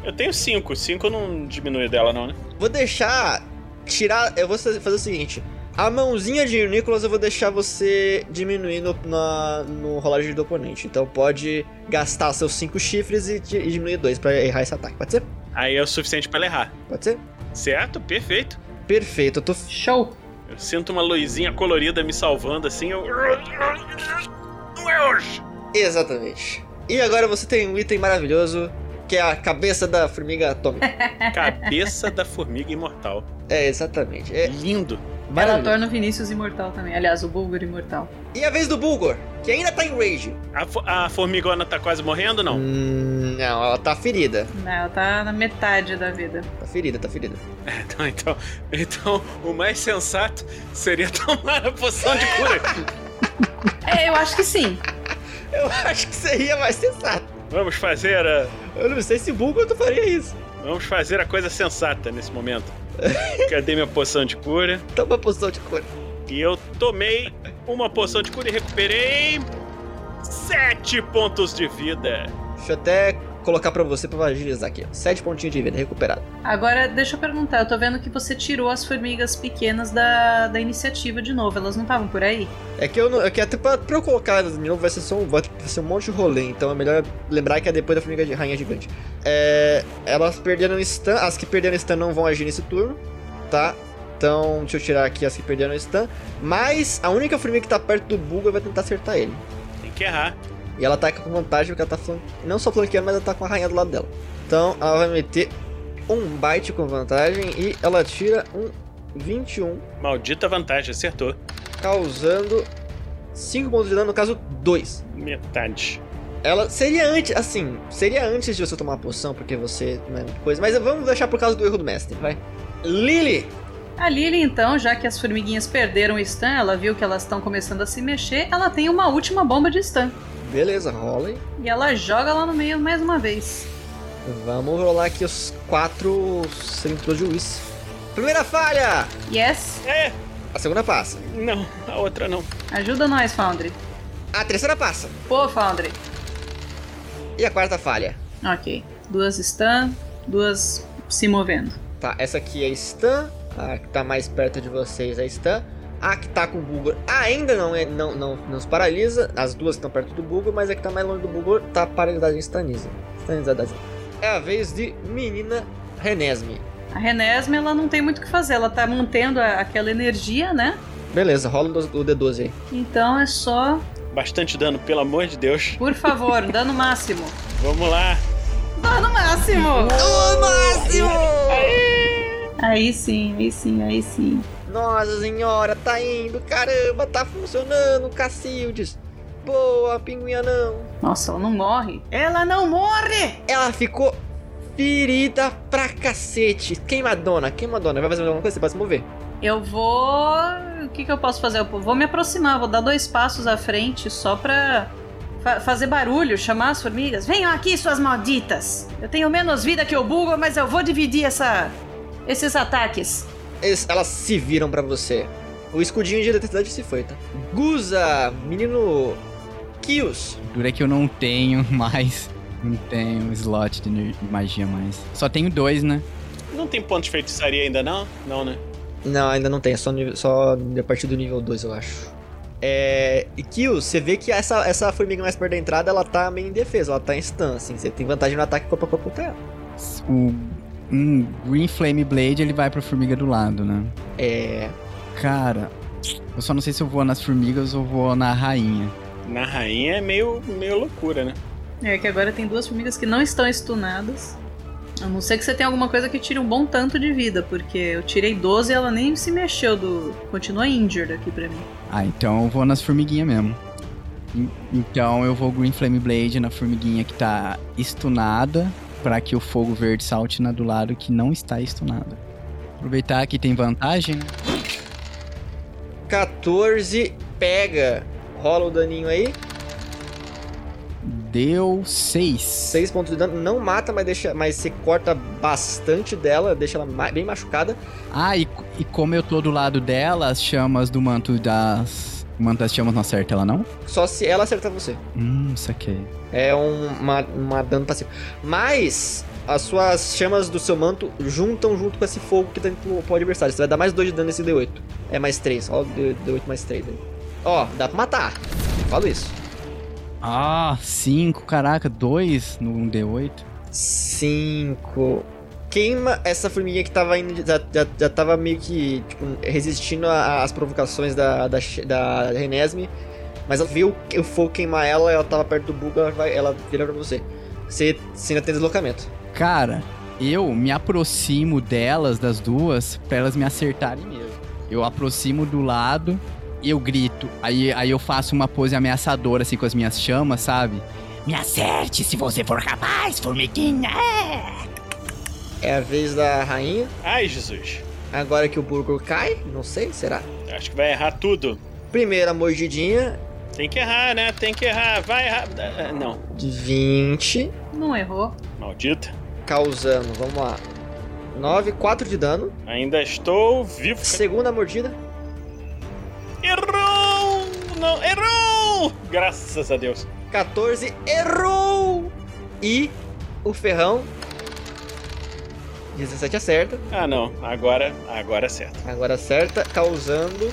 Eu tenho 5. 5 não diminui dela, não, né? Vou deixar tirar. Eu vou fazer fazer o seguinte. A mãozinha de Nicholas eu vou deixar você diminuir no, na, no rolagem do oponente. Então pode gastar seus 5 chifres e, ti- e diminuir 2 pra errar esse ataque. Pode ser? Aí é o suficiente pra ela errar. Pode ser? Certo? Perfeito. Perfeito. Eu tô Show. Eu sinto uma luzinha colorida me salvando assim. Eu. (laughs) Não é hoje! Exatamente. E agora você tem um item maravilhoso que é a cabeça da formiga atômica. (laughs) Cabeça da formiga imortal. É, exatamente. É Lindo. Ela maravilhoso. torna o Vinícius imortal também. Aliás, o Bulgur imortal. E a vez do Bulgor, que ainda tá em rage. A, fo- a formigona tá quase morrendo, não? Hum, não, ela tá ferida. Não, ela tá na metade da vida. Tá ferida, tá ferida. (laughs) Então, então, então, o mais sensato seria (laughs) tomar a poção de cura. É, eu acho que sim. Eu acho que seria mais sensato. Vamos fazer a, Eu não sei se Bulgor tu faria isso. vamos fazer a coisa sensata nesse momento. Cadê minha poção de cura? Toma a posição de cor. E eu tomei uma poção de cura e recuperei sete pontos de vida. Deixa eu até colocar pra você pra agilizar aqui. ó. Sete pontinhos de vida recuperado. Agora, deixa eu perguntar. Eu tô vendo que você tirou as formigas pequenas da, da iniciativa de novo. Elas não estavam por aí? É que eu não. É que até pra, pra eu colocar de novo vai ser só um. Vai ser um monte de rolê, então é melhor lembrar que é depois da formiga de rainha gigante. É, elas perderam stun. As que perderam stun não vão agir nesse turno, tá? Então, deixa eu tirar aqui as que perderam stun. Mas a única formiga que tá perto do Bulga vai tentar acertar ele. Tem que errar. E ela tá com vantagem porque ela tá flan... não só flanqueando, mas ela tá com a rainha do lado dela. Então ela vai meter um bite com vantagem e ela tira um 21, Maldita vantagem, acertou. causando 5 pontos de dano, no caso 2. Metade. Ela seria antes, assim, seria antes de você tomar a poção, porque você não é muita coisa, mas vamos deixar por causa do erro do mestre, vai. Lily! A Lily, então, já que as formiguinhas perderam o stun, ela viu que elas estão começando a se mexer, ela tem uma última bomba de stun. Beleza, rola aí. E ela joga lá no meio mais uma vez. Vamos rolar aqui os quatro centros de Whis. Primeira falha! Yes, É, A segunda passa. não, a outra não. ajuda nós, Foundry. A terceira passa. Pô, Foundry. E a quarta falha. Ok. Duas stun, duas se movendo. Tá, essa aqui é Stan, a que tá mais perto de vocês é Stan. A que tá com o Bulgor ainda não, é, não, não, não se paralisa. As duas que estão perto do Bulgor, mas a que tá mais longe do Bulgor tá paralisada em Staniza. Stanizada. É a vez de menina Renesme. A Renesme, ela não tem muito o que fazer, ela tá mantendo a- aquela energia, né? Beleza, rola o dos- o D12 aí. Então é só, Bastante dano, pelo amor de Deus. por favor, dano máximo. Vamos lá. Dano máximo! É O máximo! Aí sim, aí sim, aí sim. Nossa senhora, tá indo, caramba, tá funcionando, Cacildes. Boa, pinguinha não. Nossa, ela não morre. Ela não morre! ela ficou ferida pra cacete. é Queimadona, queimadona. Vai fazer alguma coisa? Você pode se mover. Eu vou. O que, que eu posso fazer? Eu vou me aproximar, vou dar dois passos à frente só pra fa- fazer barulho, chamar as formigas. Venham aqui, suas malditas! Eu tenho menos vida que o Bulgo, mas eu vou dividir essa. esses ataques. Eles- elas se viram pra você. O escudinho de eletricidade se foi, tá? Guza, menino. Kios. Dura que eu não tenho mais. Não tenho slot de ener- magia mais. Só tenho dois, né? Não tem ponto de feitiçaria ainda, não? Não, né? Não, ainda não tem, é só, nível- só a partir do nível 2, eu acho. É. E Kios, você vê que essa, essa formiga mais perto da entrada, ela tá meio indefesa, ela tá em stun, assim. Você tem vantagem no ataque corpo a corpo contra ela. O um Green Flame Blade ele vai pra formiga do lado, né? É. Cara, eu só não sei se eu vou nas formigas ou vou na rainha. Na rainha é meio, meio loucura, né? É que agora tem duas formigas que não estão estunadas. A não ser que você tenha alguma coisa que tire um bom tanto de vida, porque eu tirei 12 e ela nem se mexeu do. Continua injured aqui pra mim. Ah, então eu vou nas formiguinhas mesmo. En- Então eu vou Green Flame Blade na formiguinha que tá estunada, pra que o fogo verde salte na do lado que não está estunada. Aproveitar que tem vantagem, né? 14, pega. Rola o daninho aí. Deu 6. 6 pontos de dano, não mata, mas deixa, mas você corta bastante dela, deixa ela ma- bem machucada. Ah, e, e como eu tô do lado dela, as chamas do manto das. O manto das chamas não acerta ela, não? Só se ela acertar você. Hum, saquei. É um uma, uma dano passivo. Mas as suas chamas do seu manto juntam junto com esse fogo que tá indo pro, pro adversário. Você vai dar mais 2 de dano nesse D8. É mais 3. Ó, o D- D8 mais 3 aí. Ó, dá pra matar. Falo isso. Ah, 5, caraca, 2 no um D8. 5. Queima essa formiguinha que tava indo. Já, já, já tava meio que tipo, resistindo a- às provocações da, da, Che- da Renesme. Mas ela viu que o fogo queimar ela, ela tava perto do Buga, ela, vai- ela vira pra você. Você você ainda tem deslocamento. Cara, eu me aproximo delas, das duas, pra elas me acertarem mesmo. Eu aproximo do lado, eu grito. Aí, aí eu faço uma pose ameaçadora, assim, com as minhas chamas, sabe? Me acerte se você for capaz, formiguinha. É a vez da rainha. Ai, Jesus. Agora que o burgo cai, não sei, será? Acho que vai errar tudo. Primeira mordidinha, Tem que errar, né? Tem que errar. Vai errar. Ah, ah, Não. 20, Não errou. Maldita. causando, vamos lá. 9, 4 de dano. Ainda estou vivo. Segunda mordida, Errou! Não, errou! Graças a Deus. 14, errou! E o ferrão 17 acerta, Ah, não. Agora, agora é certo. agora acerta causando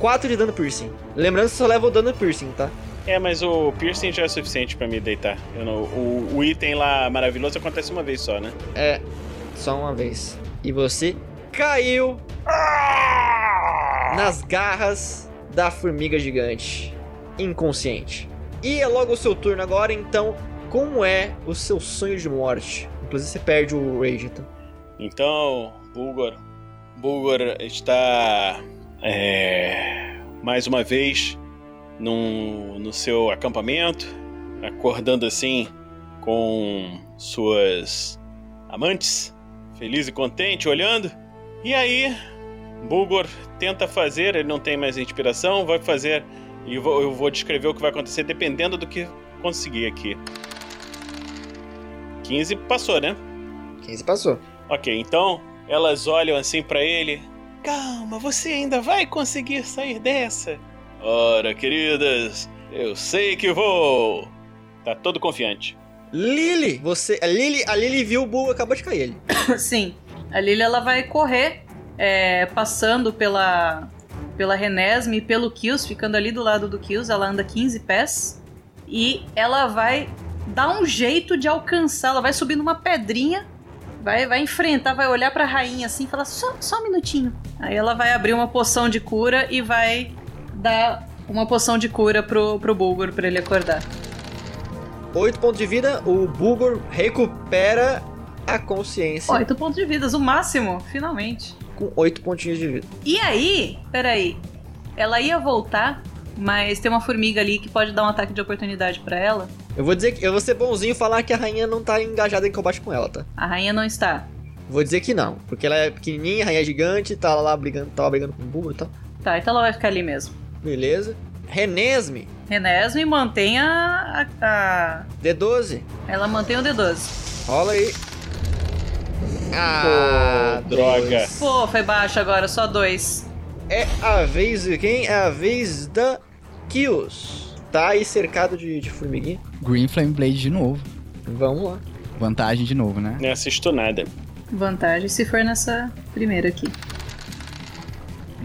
4 de dano piercing. Lembrando que só leva o dano piercing, tá? É, mas o piercing já é suficiente pra me deitar. Eu não- o, o item lá maravilhoso acontece uma vez só, né? É, só uma vez. E você caiu nas garras da formiga gigante, inconsciente. E é logo o seu turno agora, então, como é o seu sonho de morte? Inclusive você perde o Rage, tá? Então, Bulgor. Bulgor está. é, mais uma vez num, no seu acampamento, acordando assim com suas amantes, feliz e contente, olhando. E aí, Bulgor tenta fazer, ele não tem mais inspiração, vai fazer. E eu vou- eu vou descrever o que vai acontecer dependendo do que conseguir aqui. 15 passou, né? 15 passou. Ok, então elas olham assim pra ele. Calma, você ainda vai conseguir sair dessa. Ora, queridas, eu sei que vou. Tá todo confiante. Lily, você. A Lily, a Lily viu o Bull acabou de cair ele. Sim. A Lilia ela vai correr, é, passando pela pela Renesme e pelo Kills, ficando ali do lado do Kills, ela anda 15 pés e ela vai dar um jeito de alcançar, ela vai subir numa pedrinha, vai vai enfrentar, vai olhar pra rainha assim, e falar só só um minutinho. Aí ela vai abrir uma poção de cura e vai dar uma poção de cura pro, pro Bulgor pra ele acordar. 8 pontos de vida, o Bulgor recupera a consciência Oito pontos de vidas, o máximo, finalmente. com 8 pontinhos de vida. E aí, peraí, ela ia voltar, mas tem uma formiga ali que pode dar um ataque de oportunidade pra ela. Eu vou dizer que. Eu vou ser bonzinho e falar que a rainha não tá engajada em combate com ela, tá? A rainha não está. Vou dizer que não, porque ela é pequenininha, a rainha é gigante, tá lá brigando, tava brigando com o Bulgor e tal. Tá, então ela vai ficar ali mesmo. Beleza. Renesme, Renesme mantém a, a- a- D12, Ela mantém o D12. rola aí. Ah, Pô, droga. dois. Pô, foi baixo agora, só dois. É a vez de quem? É a vez da Kills. Tá aí cercado de, de formiguinha. Green Flame Blade de novo. Vamos lá. Vantagem de novo, né? Não assisto nada. Vantagem se for nessa primeira aqui.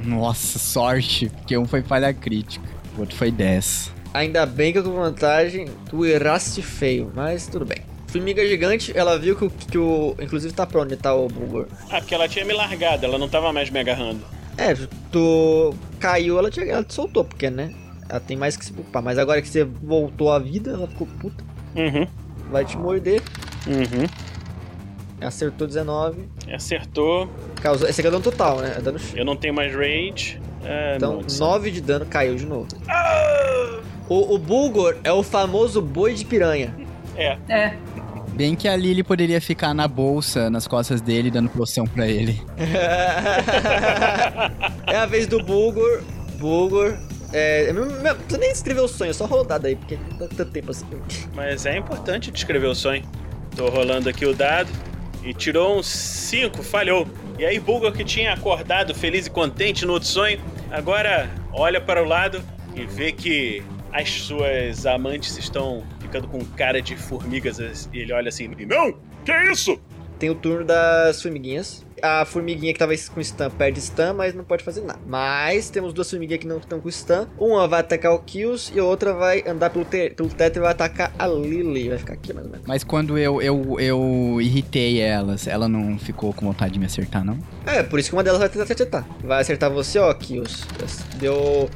Nossa, sorte. Porque um foi falha crítica. O outro foi 10. Ainda bem que eu com vantagem, tu erraste feio, mas tudo bem. Formiga gigante, ela viu que o. Que o inclusive tá pra onde tá o Bulgor. Ah, porque ela tinha me largado, ela não tava mais me agarrando. É, tu caiu, ela te, ela te soltou, porque né? Ela tem mais que se preocupar. Mas agora que você voltou à vida, ela ficou puta. Uhum, Vai te morder. uhum. Acertou 19. Acertou. Causou. Esse aqui é dano total, né? É dano cheio. Eu não tenho mais rage. Ah, Então, maldição. 9 de dano caiu de novo. O, o Bulgor é o famoso boi de piranha. (laughs) É, É, Bem que a Lily poderia ficar na bolsa, nas costas dele, dando poção pra ele. (laughs) é a vez do Bulgor. Bulgor. É, meu- meu- tu nem escreveu o sonho, é só rolou dado aí, porque não dá tanto tempo assim. mas é importante descrever o sonho. Tô rolando aqui o dado e tirou um 5, falhou. E aí Bulgar que tinha acordado feliz e contente no outro sonho, agora olha para o lado e vê que as suas amantes estão ficando com cara de formigas. E ele olha assim, não, que isso? Tem o turno das formiguinhas. A formiguinha que tava com stun perde stun, mas não pode fazer nada. Mas temos duas formiguinhas que não estão com stun. Uma vai atacar o Kills e a outra vai andar pelo, te- pelo teto e vai atacar a Lily. Vai ficar aqui mais ou menos. Mas quando eu, eu, eu irritei elas, ela não ficou com vontade de me acertar, não? É, por isso que uma delas vai tentar te acertar. Vai acertar você, ó, Kills. Deu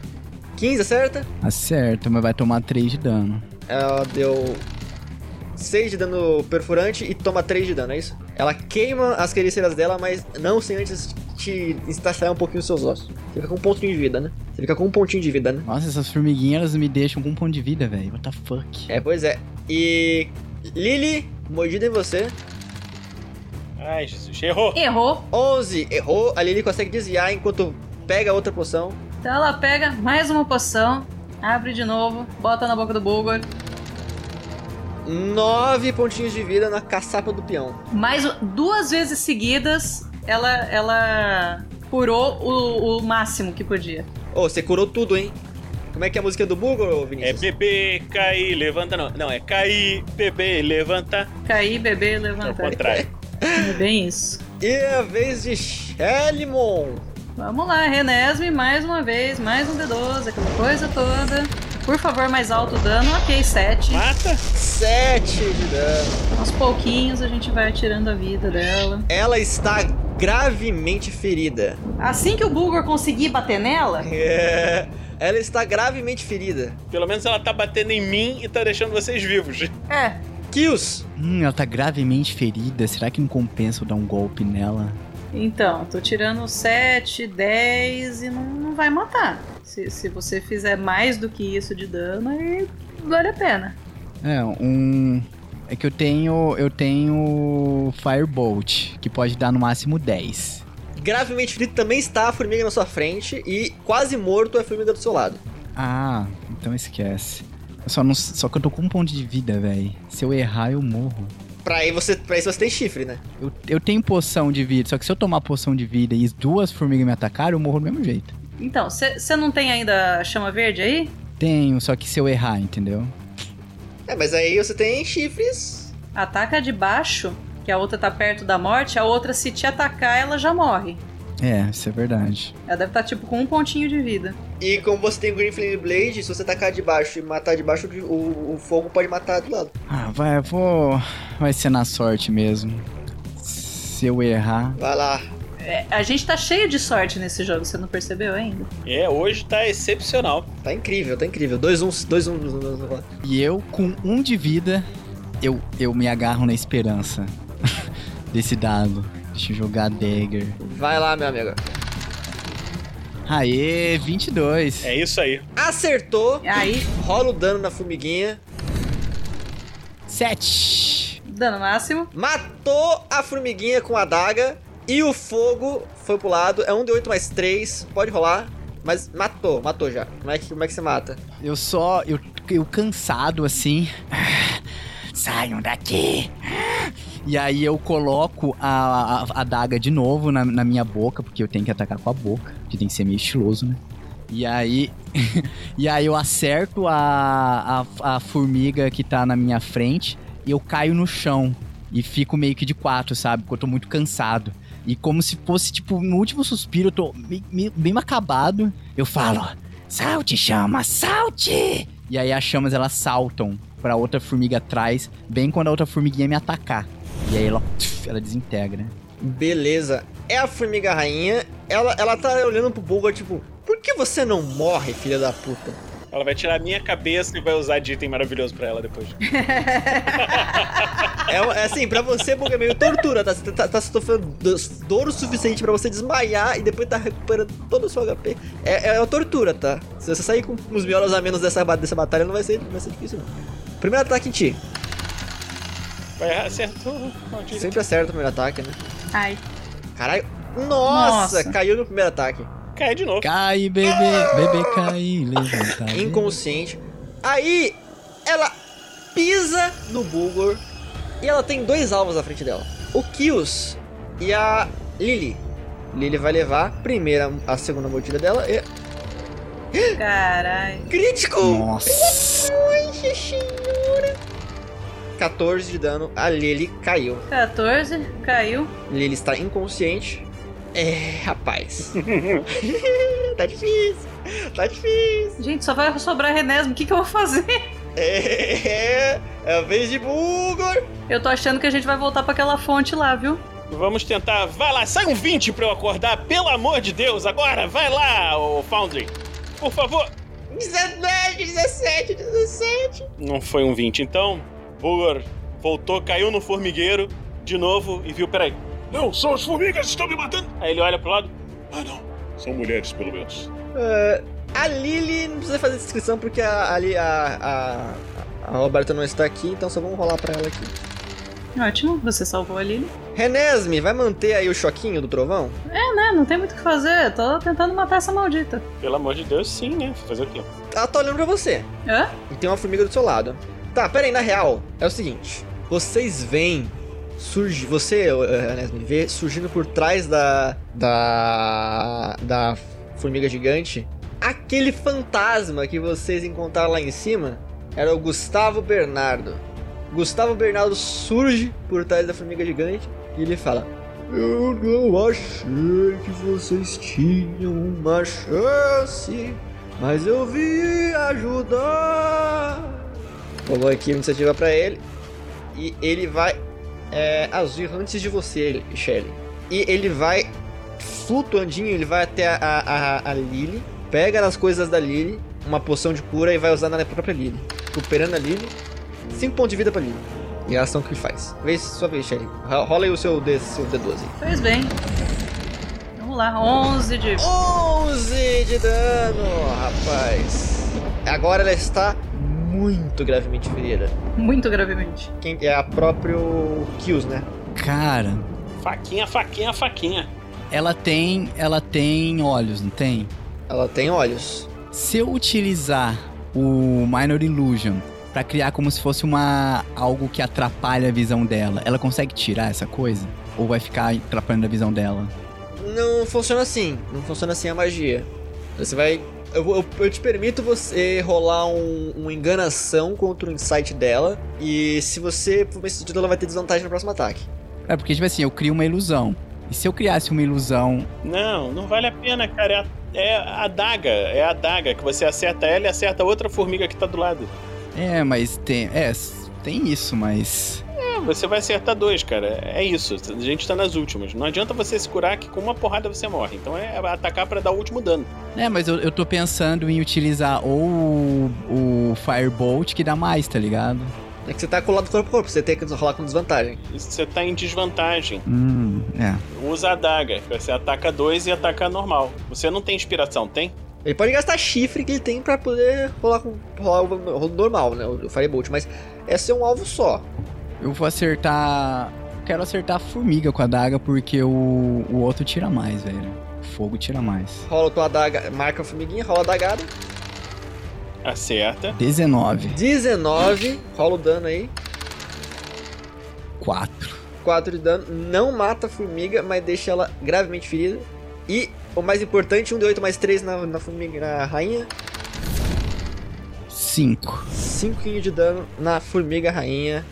15, acerta? Acerta, mas vai tomar 3 de dano. Ela deu 6 de dano perfurante e toma 3 de dano, é isso? Ela queima as quelíceras dela, mas não sem antes te estaciar um pouquinho os seus ossos. Você fica com um pontinho de vida, né? Você fica com um pontinho de vida, né? Nossa, essas formiguinhas elas me deixam com um ponto de vida, velho. What the fuck? É, pois é. E. Lily, mordida em você. Ai, Jesus, errou. Errou. 11, errou. A Lily consegue desviar enquanto pega outra poção. Então ela pega mais uma poção, abre de novo, bota na boca do Bulgor. 9 pontinhos de vida na caçapa do peão. Mais o- duas vezes seguidas, ela, ela curou o, o máximo que podia. Ô, você curou tudo, hein? Como é que é a música do Bulgor, É Vinícius? beber, cair, levanta, não. Não, é cair, beber, levanta. Cair, beber, É o levantar. contrário. É bem isso. E a vez de Shelimon. Vamos lá, Renesme, mais uma vez, mais um D12, aquela coisa toda. Por favor, mais alto o dano. Ok, 7. Mata? 7 de dano. Aos pouquinhos a gente vai tirando a vida dela. Ela está gravemente ferida. (laughs) Assim que o Bulgor conseguir bater nela, É. Ela está gravemente ferida. Pelo menos ela tá batendo em mim e tá deixando vocês vivos. é. Kills! Hum, ela tá gravemente ferida. Será que não compensa eu dar um golpe nela? Então, tô tirando 7, 10 e não, não vai matar. Se, se você fizer mais do que isso de dano, aí vale a pena. É, um. É que eu tenho. Eu tenho. Firebolt, que pode dar no máximo 10. Gravemente ferido também está a formiga na sua frente e quase morto é a formiga do seu lado. Ah, então esquece. Eu só, não, só que eu tô com um ponto de vida, velho. Se eu errar, eu morro. Pra aí você, pra isso você tem chifre, né? Eu, eu tenho poção de vida, só que se eu tomar poção de vida e as duas formigas me atacarem, eu morro do mesmo jeito. Então, você não tem ainda a chama verde aí? Tenho, só que se eu errar, entendeu? É, mas aí você tem chifres. Ataca de baixo, que a outra tá perto da morte, a outra se te atacar, ela já morre. É, isso é verdade. Ela deve estar tipo com um pontinho de vida. E como você tem o Green Flame Blade, se você tacar de baixo e matar de baixo, o, o fogo pode matar do lado. Ah, vai, eu vou. Vai ser na sorte mesmo. Se eu errar. Vai lá. É, a gente tá cheio de sorte nesse jogo, você não percebeu ainda? É, hoje tá excepcional. Tá incrível, tá incrível. 2 1 2 1 E eu, com um de vida, eu, eu me agarro na esperança (laughs) desse dado. Deixa eu jogar Dagger. Vai lá, meu amigo. Aê, 22. É isso aí. Acertou. Aí, Rola o dano na formiguinha. 7. dano máximo. Matou a formiguinha com a adaga. E o fogo foi pro lado. É 1 de 8 mais 3. Pode rolar. Mas matou, matou já. Como é que, como é que você mata? Eu só. Eu, eu cansado assim. (sighs) Saiam daqui. E aí eu coloco a, a, a daga de novo na, na minha boca, porque eu tenho que atacar com a boca, que tem que ser meio estiloso, né? E aí. (laughs) e aí eu acerto a, a, a formiga que tá na minha frente e eu caio no chão. E fico meio que de quatro, sabe? Porque eu tô muito cansado. E como se fosse, tipo, no último suspiro, eu tô me- me- bem acabado. Eu falo, Salte, chama, salte! e aí as chamas elas saltam pra outra formiga atrás, bem quando a outra formiguinha me atacar. E aí ela, tf, ela desintegra. Beleza. É a formiga rainha. Ela, ela tá olhando pro Bulgar, tipo... Por que você não morre, filha da puta? Ela vai tirar a minha cabeça e vai usar de item maravilhoso pra ela depois. É, é assim, pra você, Bulgar, é meio tortura, tá? Você tá, tá sofrendo do- dor o suficiente pra você desmaiar e depois tá recuperando todo o seu HP. É, é uma tortura, tá? Se você sair com uns miolos a menos dessa, ba- dessa batalha, não vai ser, não vai ser difícil, não. Primeiro ataque em ti. Vai errar, acertou. maldito. Sempre acerta o primeiro ataque, né? Ai. Caralho. Nossa, Nossa. caiu no primeiro ataque. Cai de novo. Cai, bebê, bebê cai, levanta. bebê. É Inconsciente. Aí, ela pisa no Bulgor e ela tem dois alvos na frente dela. O Kios e a Lily. Lily vai levar a primeira, a segunda mordida dela e... Caralho. Crítico! Nossa. Nossa senhora! 14 de dano, a Lily caiu. 14, caiu. Lily está inconsciente. É, rapaz. tá difícil, tá difícil. Gente, só vai sobrar Renesmo. O que, que eu vou fazer? É, é a vez de Bulgor. Eu tô achando que a gente vai voltar pra aquela fonte lá, viu? Vamos tentar. Vai lá, sai um 20 pra eu acordar, pelo amor de Deus, agora! Vai lá, ô Foundry! Por favor! 19, 17, 17. Não foi um 20, então. Bulgor Voltou, caiu no formigueiro de novo e viu, peraí. Não, são as formigas, estão me matando! Aí ele olha pro lado. Ah, não. São mulheres, pelo menos. Ah, a Lily não precisa fazer descrição porque a, a, Li- a, a, a Roberta não está aqui, então só vamos rolar pra ela aqui. Ótimo, você salvou a Lily. Renesme, vai manter aí o choquinho do trovão? É, né? Não tem muito o que fazer. Eu tô tentando matar essa maldita. Pelo amor de Deus, sim, né? Fazer o quê? Ela tá olhando pra você. Hã? E tem uma formiga do seu lado. Tá, pera aí, na real, é o seguinte. Vocês veem surge você, eh, aliás, me vê surgindo por trás da da da formiga gigante, aquele fantasma que vocês encontraram lá em cima era o Gustavo Bernardo. Gustavo Bernardo surge por trás da formiga gigante e ele fala: "Eu não achei que vocês tinham uma chance, mas eu vim ajudar." Rolou aqui a iniciativa pra ele. E ele vai é, agir antes de você, Shelly. E ele vai flutuandinho, ele vai até a, a, a Lily, pega as coisas da Lily, uma poção de cura e vai usar na própria Lily. Recuperando a Lily, 5 pontos de vida pra Lily. E a ação que ele faz. Vez, sua vez, Shelly. Ro- Rola aí o seu, D, seu D12. Pois bem. Vamos lá, 11 de. 11 de dano, rapaz. Agora ela está muito gravemente ferida. Muito gravemente. Quem é a próprio Kills, né? Cara, Faquinha, faquinha, faquinha. ela tem, ela tem olhos, não tem? Ela tem olhos. Se eu utilizar o Minor Illusion pra criar como se fosse uma algo que atrapalha a visão dela, ela consegue tirar essa coisa ou vai ficar atrapalhando a visão dela? Não funciona assim. Não funciona assim a magia. Você vai. Eu, vou- eu- eu te permito você rolar um, uma enganação contra o insight dela. E se você for bem sucedido, ela vai ter desvantagem no próximo ataque. É porque tipo assim, eu crio uma ilusão. E se eu criasse uma ilusão, Não, não vale a pena, cara. É a- É a adaga, é a adaga, que você acerta ela e acerta outra formiga que tá do lado. é, mas tem, é, s- tem isso, mas É, você vai acertar dois, cara. É isso. A gente tá nas últimas. Não adianta você se curar que com uma porrada você morre. Então é atacar pra dar o último dano. é, mas eu, eu tô pensando em utilizar ou o, o Firebolt que dá mais, tá ligado? É que você tá colado corpo a corpo, você tem que rolar com desvantagem. Você tá em desvantagem. Hum, é. Usa a adaga. que Você ataca dois e ataca normal. Você não tem inspiração, tem? Ele pode gastar chifre que ele tem pra poder rolar com rolar o rolo normal, né? O Firebolt, mas é ser um alvo só. Eu vou acertar. Quero acertar a formiga com a daga, porque o, o outro tira mais, velho. O fogo tira mais. Rola tua adaga, marca a formiguinha, rola a dagada. Acerta. 19, 19, rola o dano aí. 4. 4 de dano, não mata a formiga, mas deixa ela gravemente ferida. E o mais importante, um de 8 mais 3 na, na formiga na rainha. 5. 5 de dano na formiga rainha.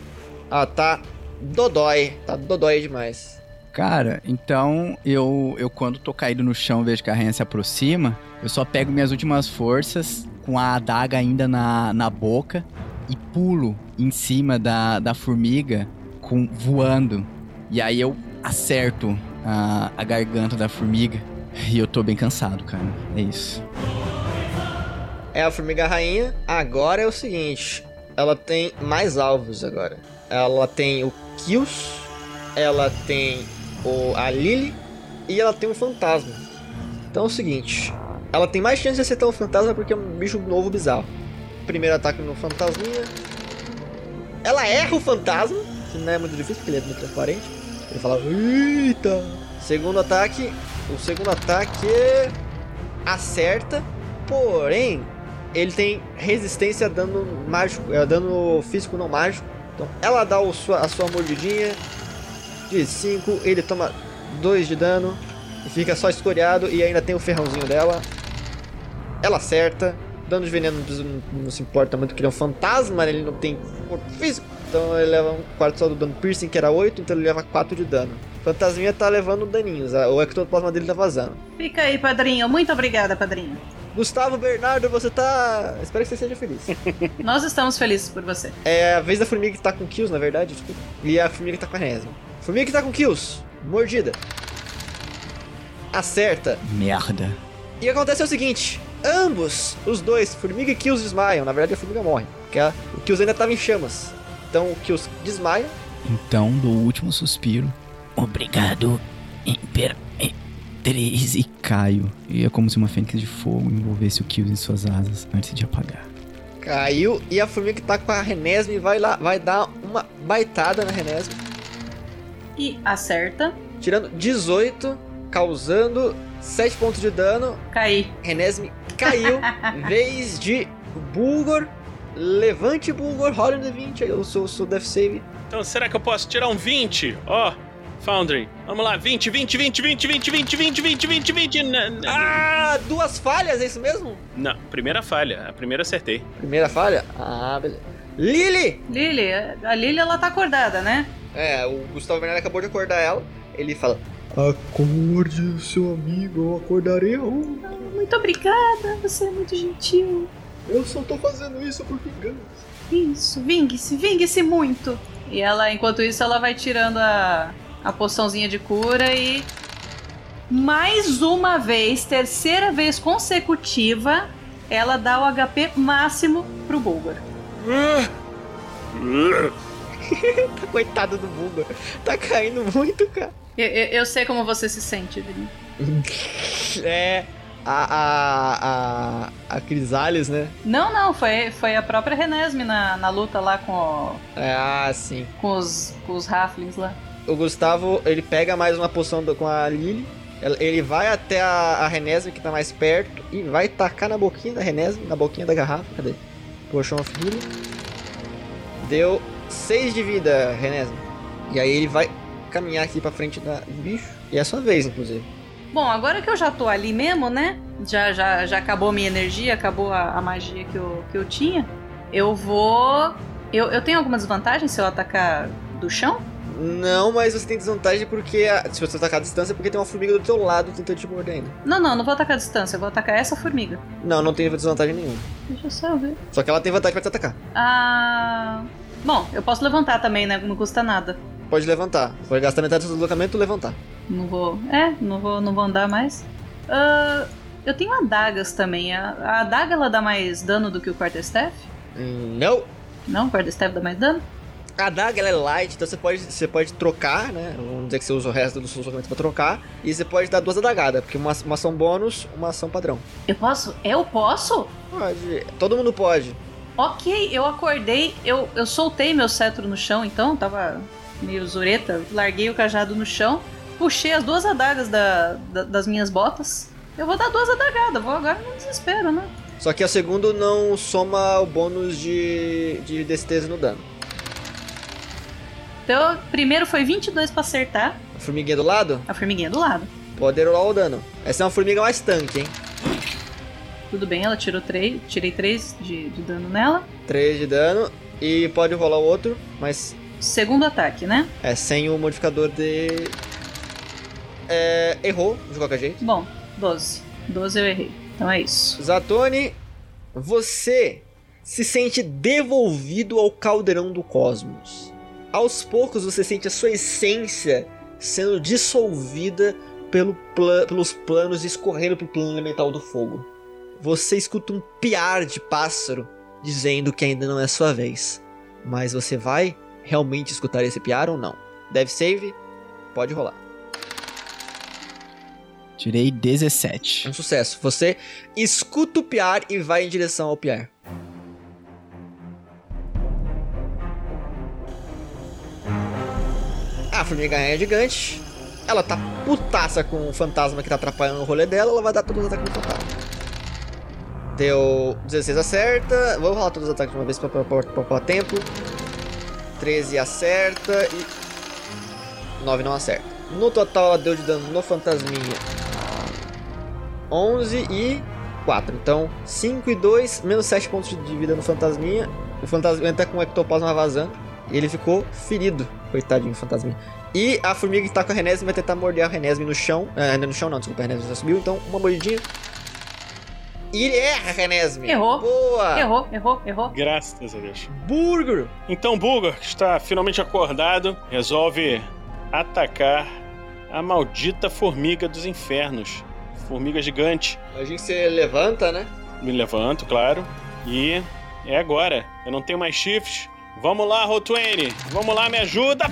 Ela tá dodói, tá dodói demais. Cara, então eu, eu quando tô caído no chão vejo que a rainha se aproxima, eu só pego minhas últimas forças com a adaga ainda na, na boca e pulo em cima da, da formiga com voando. E aí eu acerto a, a garganta da formiga. E eu tô bem cansado, cara. É isso. É a formiga rainha. Agora é o seguinte: ela tem mais alvos agora. Ela tem o Kills, ela tem o, a Lily e ela tem um fantasma. Então é o seguinte: ela tem mais chance de acertar um fantasma porque é um bicho novo bizarro. Primeiro ataque no fantasminha. Ela erra o fantasma, que não é muito difícil porque ele é muito transparente. Ele fala: Eita! Segundo ataque. O segundo ataque acerta, porém ele tem resistência a dano mágico, é dano físico não mágico. Então ela dá o sua- a sua mordidinha de 5, ele toma 2 de dano e fica só escoreado e ainda tem o ferrãozinho dela. Ela acerta, dano de veneno não precisa- não, não se importa muito que ele é um fantasma, né? ele não tem corpo físico. Então ele leva um quarto só do dano piercing, que era 8, então ele leva 4 de dano. Fantasminha tá levando daninhos, a- o ectoplasma dele tá vazando. Fica aí, padrinho. Muito obrigada, padrinho. Gustavo Bernardo, você tá. Espero que você seja feliz. Nós estamos felizes por você. é a vez da formiga que tá com kills, na verdade, desculpa. E a formiga que tá com a resma. Formiga que tá com kills, mordida. Acerta. Merda. E acontece o seguinte: ambos, os dois, formiga e kills desmaiam. Na verdade, a formiga morre, porque ela- o kills ainda tava em chamas. Então o Kills desmaia. Então, do último suspiro. Obrigado, Imperatriz. E caio. E é como se uma fênix de fogo envolvesse o Kills em suas asas antes de apagar. Caiu e a formiga que tá com a Renesme vai lá, vai dar uma baitada na Renesme. E acerta. Tirando 18, causando 7 pontos de dano. Cai. Renesme caiu. vez de Bulgor. Levante Bulgor, rola no 20 aí, o seu, seu death save. Então será que eu posso tirar um 20? Ó, Foundry. Vamos lá, 20, 20, 20, 20, 20, 20, 20, 20, 20, 20. na- na- Ah, duas falhas, é isso mesmo? Não, primeira falha. A primeira acertei. Primeira falha? Ah, beleza. Lily! Lily, a Lily ela tá acordada, né? É, o Gustavo Bernardo acabou de acordar ela. Ele fala: Acorde, seu amigo, eu acordarei um." aonde? Muito obrigada, você é muito gentil. Eu só tô fazendo isso por vingança. Isso, vingue-se, vingue-se muito. E ela, enquanto isso, ela vai tirando a, a poçãozinha de cura e. Mais uma vez, terceira vez consecutiva, ela dá o HP máximo pro Bulgar. (laughs) Coitado do Bulba, tá caindo muito, cara. Eu, eu- eu sei como você se sente, Vini. É. A. A. A, a Crisales, né? Não, não, foi, foi a própria Renesme na, na luta lá com, o- Ah, sim. com os, com os Halflings lá. O Gustavo, ele pega mais uma poção do- com a Lily. Ela- Ele vai até a, a Renesme, que tá mais perto, e vai tacar na boquinha da Renesme, na boquinha da garrafa. Cadê? Potion of Healing. Deu 6 de vida, Renesme. E aí ele vai caminhar aqui pra frente da, do bicho. E é a sua vez, inclusive. Bom, agora que eu já tô ali mesmo, né? Já, já, já acabou minha energia, acabou a, a magia que eu, que eu tinha. Eu vou. Eu, eu tenho alguma desvantagem se eu atacar do chão? Não, mas você tem desvantagem porque a- se você atacar a distância, é porque tem uma formiga do teu lado tentando te morder ainda. Não, não, não vou atacar a distância, eu vou atacar essa formiga. Não, não tem desvantagem nenhuma. Deixa eu só ver. Só que ela tem vantagem pra te atacar. Ah. Bom, eu posso levantar também, né? Não custa nada. Pode levantar. Pode gastar metade do seu deslocamento e levantar. Não vou. É, não vou, não vou andar mais. Ah, eu tenho adagas também. A, a adaga ela dá mais dano do que o quarterstaff? Hum, Não. Não, o quarterstaff dá mais dano? A daga ela é light, então você pode, você pode trocar, né? Vamos dizer que você usa o resto do seu deslocamento pra trocar. E você pode dar duas adagadas, porque uma, uma ação bônus, uma ação padrão. Eu posso? Eu posso? Pode. Todo mundo pode. Ok, eu acordei, eu, eu soltei meu cetro no chão, então, tava meio zureta, larguei o cajado no chão, puxei as duas adagas da- da- das minhas botas. Eu vou dar duas adagadas, vou agora no desespero, né? Só que a segundo não soma o bônus de, de destreza no dano. Então, primeiro foi 22 pra acertar A formiguinha do lado? a formiguinha do lado. Pode rolar o dano. Essa é uma formiga mais tanque, hein? Tudo bem, ela tirou três, tirei 3 de, de dano nela. 3 de dano. E pode rolar o outro, mas Segundo ataque, né? é sem o modificador de. É, errou, de qualquer jeito. Bom, 12. 12 eu errei. Então é isso. Zatoni, você se sente devolvido ao caldeirão do cosmos. Aos poucos você sente a sua essência sendo dissolvida pelo pla- pelos planos e escorrendo pelo plano elemental do fogo. Você escuta um piar de pássaro dizendo que ainda não é sua vez. Mas você vai realmente escutar esse piar ou não? Deve save? Pode rolar. Tirei 17. Um sucesso. Você escuta o piar e vai em direção ao piar. A formiga é gigante. Ela tá putaça com o fantasma que tá atrapalhando o rolê dela. Ela vai dar todos os ataques do fantasma. Deu 16 acerta. Vamos rolar todos os ataques de uma vez pra pra- pra- pra- pra tempo. 13 acerta e 9 não acerta. No total ela deu de dano no fantasminha 11 e 4. Então, 5 e 2, menos 7 pontos de vida no fantasminha. O fantasminha tá com o ectoplasma vazando. E ele ficou ferido. Coitadinho, do fantasminha. E a formiga que tá com a Renesme vai tentar morder a Renesme no chão. Ah, no chão não, desculpa, a Renesme já subiu. Então, uma mordidinha. E ele erra, Renesme. Errou. Boa. Errou, errou, errou. Graças a Deus. Burger! Então Bulgar, que está finalmente acordado, resolve atacar a maldita formiga dos infernos. Formiga gigante. Imagina que você levanta, né? Me levanto, claro. E é agora. Eu não tenho mais chifres, Vamos lá, Rotwane. Vamos lá, me ajuda.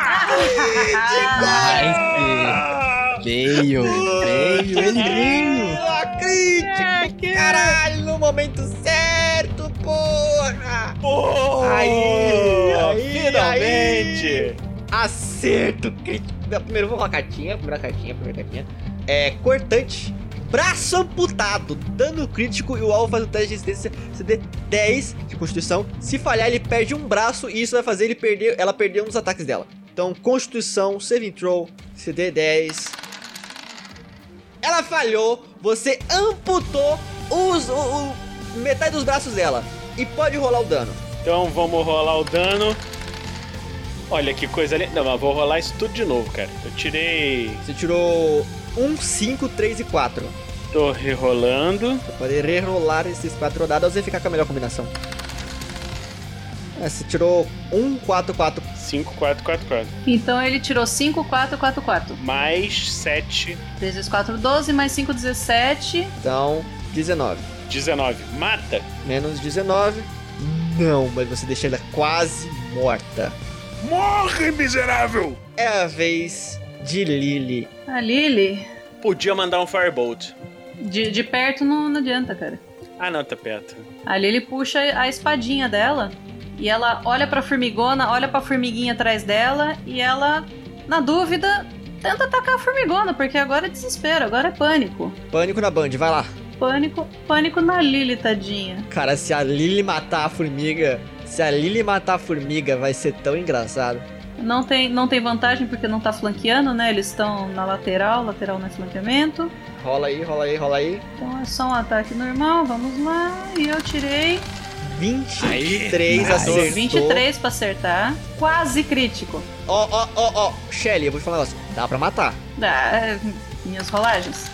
Ah! Veio, veio, ele veio. Crítico, caralho, no momento certo, porra! Porra! Aí, aí, Oh! finalmente! aí. Acerto crítico. Não, Primeiro vamos a cartinha, primeira cartinha, primeira cartinha. É cortante. Braço amputado, dano crítico e o alvo faz o teste de resistência CD 10 de constituição. Se falhar, ele perde um braço e isso vai fazer ele perder, ela perder um dos ataques dela. Então, constituição, saving throw, CD 10. Ela falhou, você amputou os, o- o- metade dos braços dela e pode rolar o dano. Então vamos rolar o dano. Olha que coisa linda. Não, mas vou rolar isso tudo de novo, cara. Eu tirei. Você tirou 1, 5, 3 e 4. Tô rerolando. Pode rerolar esses quatro dados e ficar com a melhor combinação. É, você tirou 1, 4, 4. 5, 4, 4, 4. Então ele tirou 5, 4, 4, 4. Mais 7. 3 vezes 4, 12, mais 5, 17. Então, 19. 19. Mata. Menos 19. Não, mas você deixa ela quase morta. Morre, miserável! É a vez de Lily. A Lily, Podia mandar um Firebolt. de, de perto não, não adianta, cara. Ah, não, tá perto. A Lily puxa a espadinha dela e ela olha pra formigona, olha pra formiguinha atrás dela e ela, na dúvida, tenta atacar a formigona, porque agora é desespero, agora é pânico. Pânico na Band, vai lá. Pânico, pânico na Lily, tadinha. Cara, se a Lily matar a formiga. Se a Lily matar a formiga, vai ser tão engraçado. Não tem, não tem vantagem porque não tá flanqueando, né? Eles estão na lateral, lateral não é flanqueamento. Rola aí, rola aí, rola aí. Então é só um ataque normal, vamos lá. E eu tirei 23 Nice. acertou. 23 pra acertar. Quase crítico. Ó, ó, ó, ó. Shelly, eu vou te falar um negócio. Dá pra matar. Dá, é, minhas rolagens.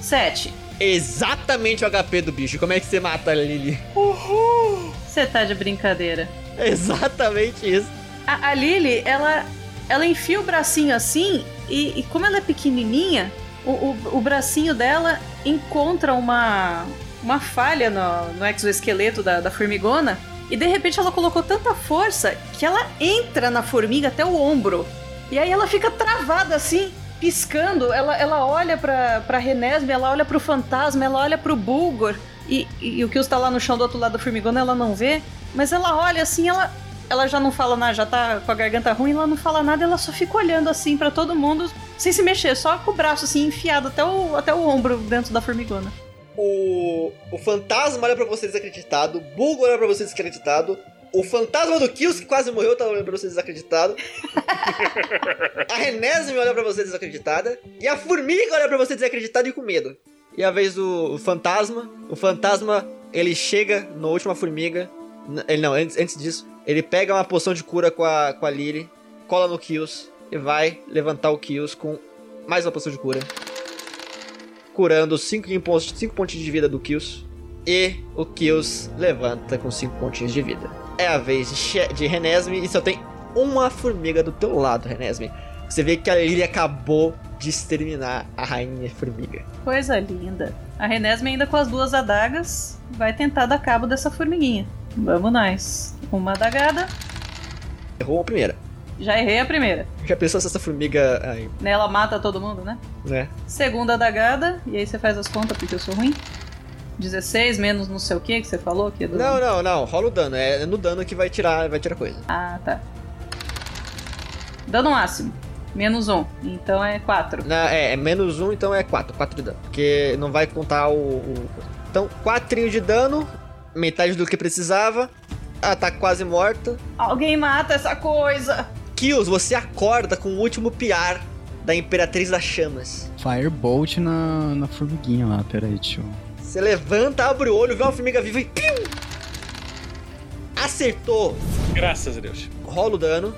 7. Exatamente o HP do bicho. Como é que você mata a Lily? Uhul! Você tá de brincadeira. (laughs) Exatamente isso. A, a Lily, ela, ela enfia o bracinho assim e, e como ela é pequenininha, o, o, o bracinho dela encontra uma, uma falha no, no exoesqueleto da, da formigona e de repente ela colocou tanta força que ela entra na formiga até o ombro. E aí ela fica travada assim, piscando. Ela, ela olha pra, pra Renesme, ela olha pro fantasma, ela olha pro Bulgor. E, e, e o que está lá no chão do outro lado da formigona ela não vê. Mas ela olha assim, ela, ela já não fala nada, já tá com a garganta ruim, ela não fala nada, ela só fica olhando assim pra todo mundo, sem se mexer, só com o braço assim enfiado até o, até o ombro dentro da formigona. O, o fantasma olha pra você desacreditado. O Bulgo olha pra você desacreditado. O fantasma do Kills, que quase morreu, tá olhando pra você desacreditado. a Renesme olha pra você desacreditada. E a formiga olha pra você desacreditada e com medo. E a vez do o fantasma. O fantasma, ele chega na última formiga. N- Ele não, antes, antes disso, ele pega uma poção de cura com a, com a Lily, cola no Kills e vai levantar o Kills com mais uma poção de cura curando 5 pontinhos de vida do Kills. E o Kills levanta com 5 pontinhos de vida. É a vez de, She- de Renesme e só tem uma formiga do teu lado, Renesme. Você vê que a Lily acabou de exterminar a rainha formiga. Coisa linda. A Renesme ainda com as duas adagas vai tentar dar cabo dessa formiguinha. Vamos nós. Uma adagada, Errou a primeira. já errei a primeira. Já pensou se essa formiga. Ai, Né, Ela mata todo mundo, né? né? Segunda adagada, e aí você faz as contas porque eu sou ruim. 16 menos não sei o que que você falou que é do- Não, não, não. Rola o dano. É no dano que vai tirar, vai tirar coisa. Ah, tá. Dano máximo. Menos um. Então é quatro. Na- é, é menos um, então é 4. 4 de dano. Porque não vai contar o. o- Então, 4 de dano, metade do que precisava. Ela tá quase morta. Alguém mata essa coisa! Kills, você acorda com o último piar da Imperatriz das Chamas. Firebolt na, na formiguinha lá, peraí, tio. Você levanta, abre o olho, vê uma formiga viva e. piu! Acertou! Graças a Deus. Rola o dano.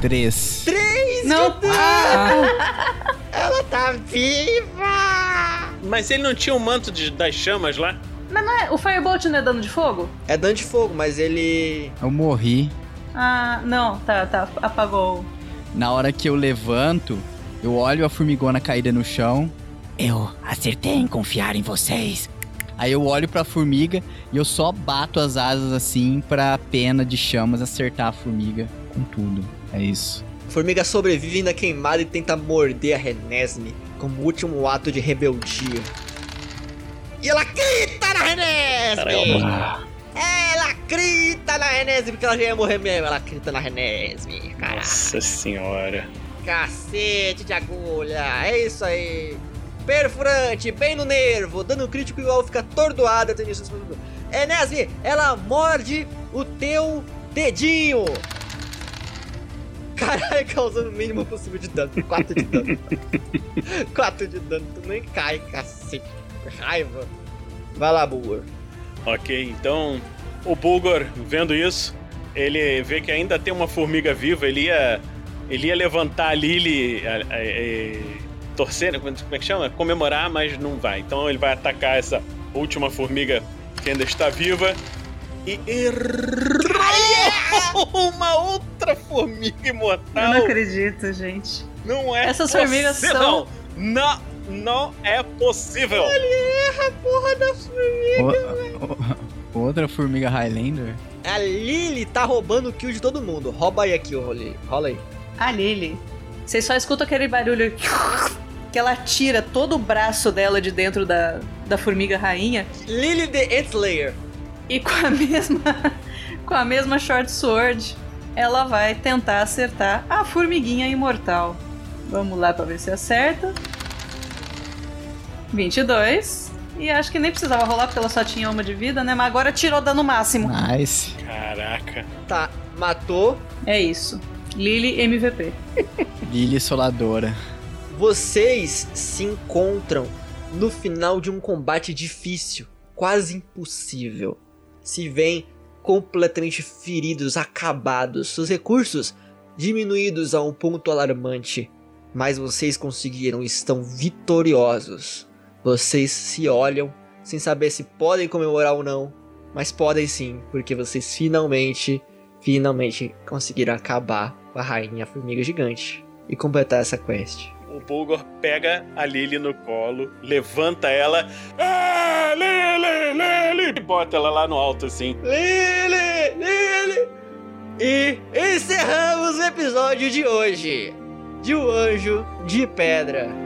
Três. 3! Não! Ah, Ela tá viva! Mas ele não tinha o manto de- das chamas lá? Mas não é. O Firebolt não é dano de fogo? É dano de fogo, mas ele. Eu morri. Ah, não, tá, tá. Apagou. Na hora que eu levanto, eu olho a formigona caída no chão. Eu acertei em confiar em vocês. Aí eu olho pra formiga e eu só bato as asas assim pra pena de chamas acertar a formiga com tudo. É isso. Formiga sobrevive na queimada e tenta morder a Renesme como último ato de rebeldia. E ela grita na Renesme! Caramba. Ela grita na Renesme, porque ela já ia morrer mesmo. Ela grita na Renesme. Caraca. Nossa senhora. Cacete de agulha, é isso aí. Perfurante, bem no nervo, dano crítico igual fica atordoada. tendo isso- Enesme, ela morde o teu dedinho. Caralho, causando o mínimo possível de dano. 4 de dano. 4 de dano, tu nem cai, cacete. Raiva. Vai lá, Bulgur. Ok, então o Bulgor, vendo isso, ele vê que ainda tem uma formiga viva, ele ia, ele ia levantar a Lily, a- a- a- torcer, como é que chama? Comemorar, mas não vai. Então ele vai atacar essa última formiga que ainda está viva e errou (laughs) uma outra formiga imortal. Eu não acredito, gente. Não é Essas formigas possível. são. Não, não é possível. Ele erra a porra da formiga. O- o- outra formiga Highlander? A Lily tá roubando o kill de todo mundo. Rouba aí a kill, Lily. Rola aí. A Ah, Lily. Vocês só escutam aquele barulho que ela tira todo o braço dela de dentro da, da formiga rainha. Lily the Antslayer. E com a (laughs) mesma com a mesma short sword, ela vai tentar acertar a formiguinha imortal. Vamos lá pra ver se acerta. 22. E acho que nem precisava rolar porque ela só tinha uma de vida, né? Mas agora tirou dano máximo. Nice. Caraca. Tá, matou. É isso. Lily MVP. Lily Soladora. Vocês se encontram no final de um combate difícil, quase impossível. Se veem completamente feridos, acabados, seus recursos diminuídos a um ponto alarmante. Mas vocês conseguiram, estão vitoriosos. Vocês se olham, sem saber se podem comemorar ou não, mas podem sim, porque vocês finalmente, finalmente conseguiram acabar com a Rainha Formiga Gigante e completar essa quest. O Bulgor pega a Lily no colo, levanta ela. Ah, Lily, Lily! E bota ela lá no alto assim. Lili, Lili. E encerramos o episódio um de hoje de O Anjo de Pedra.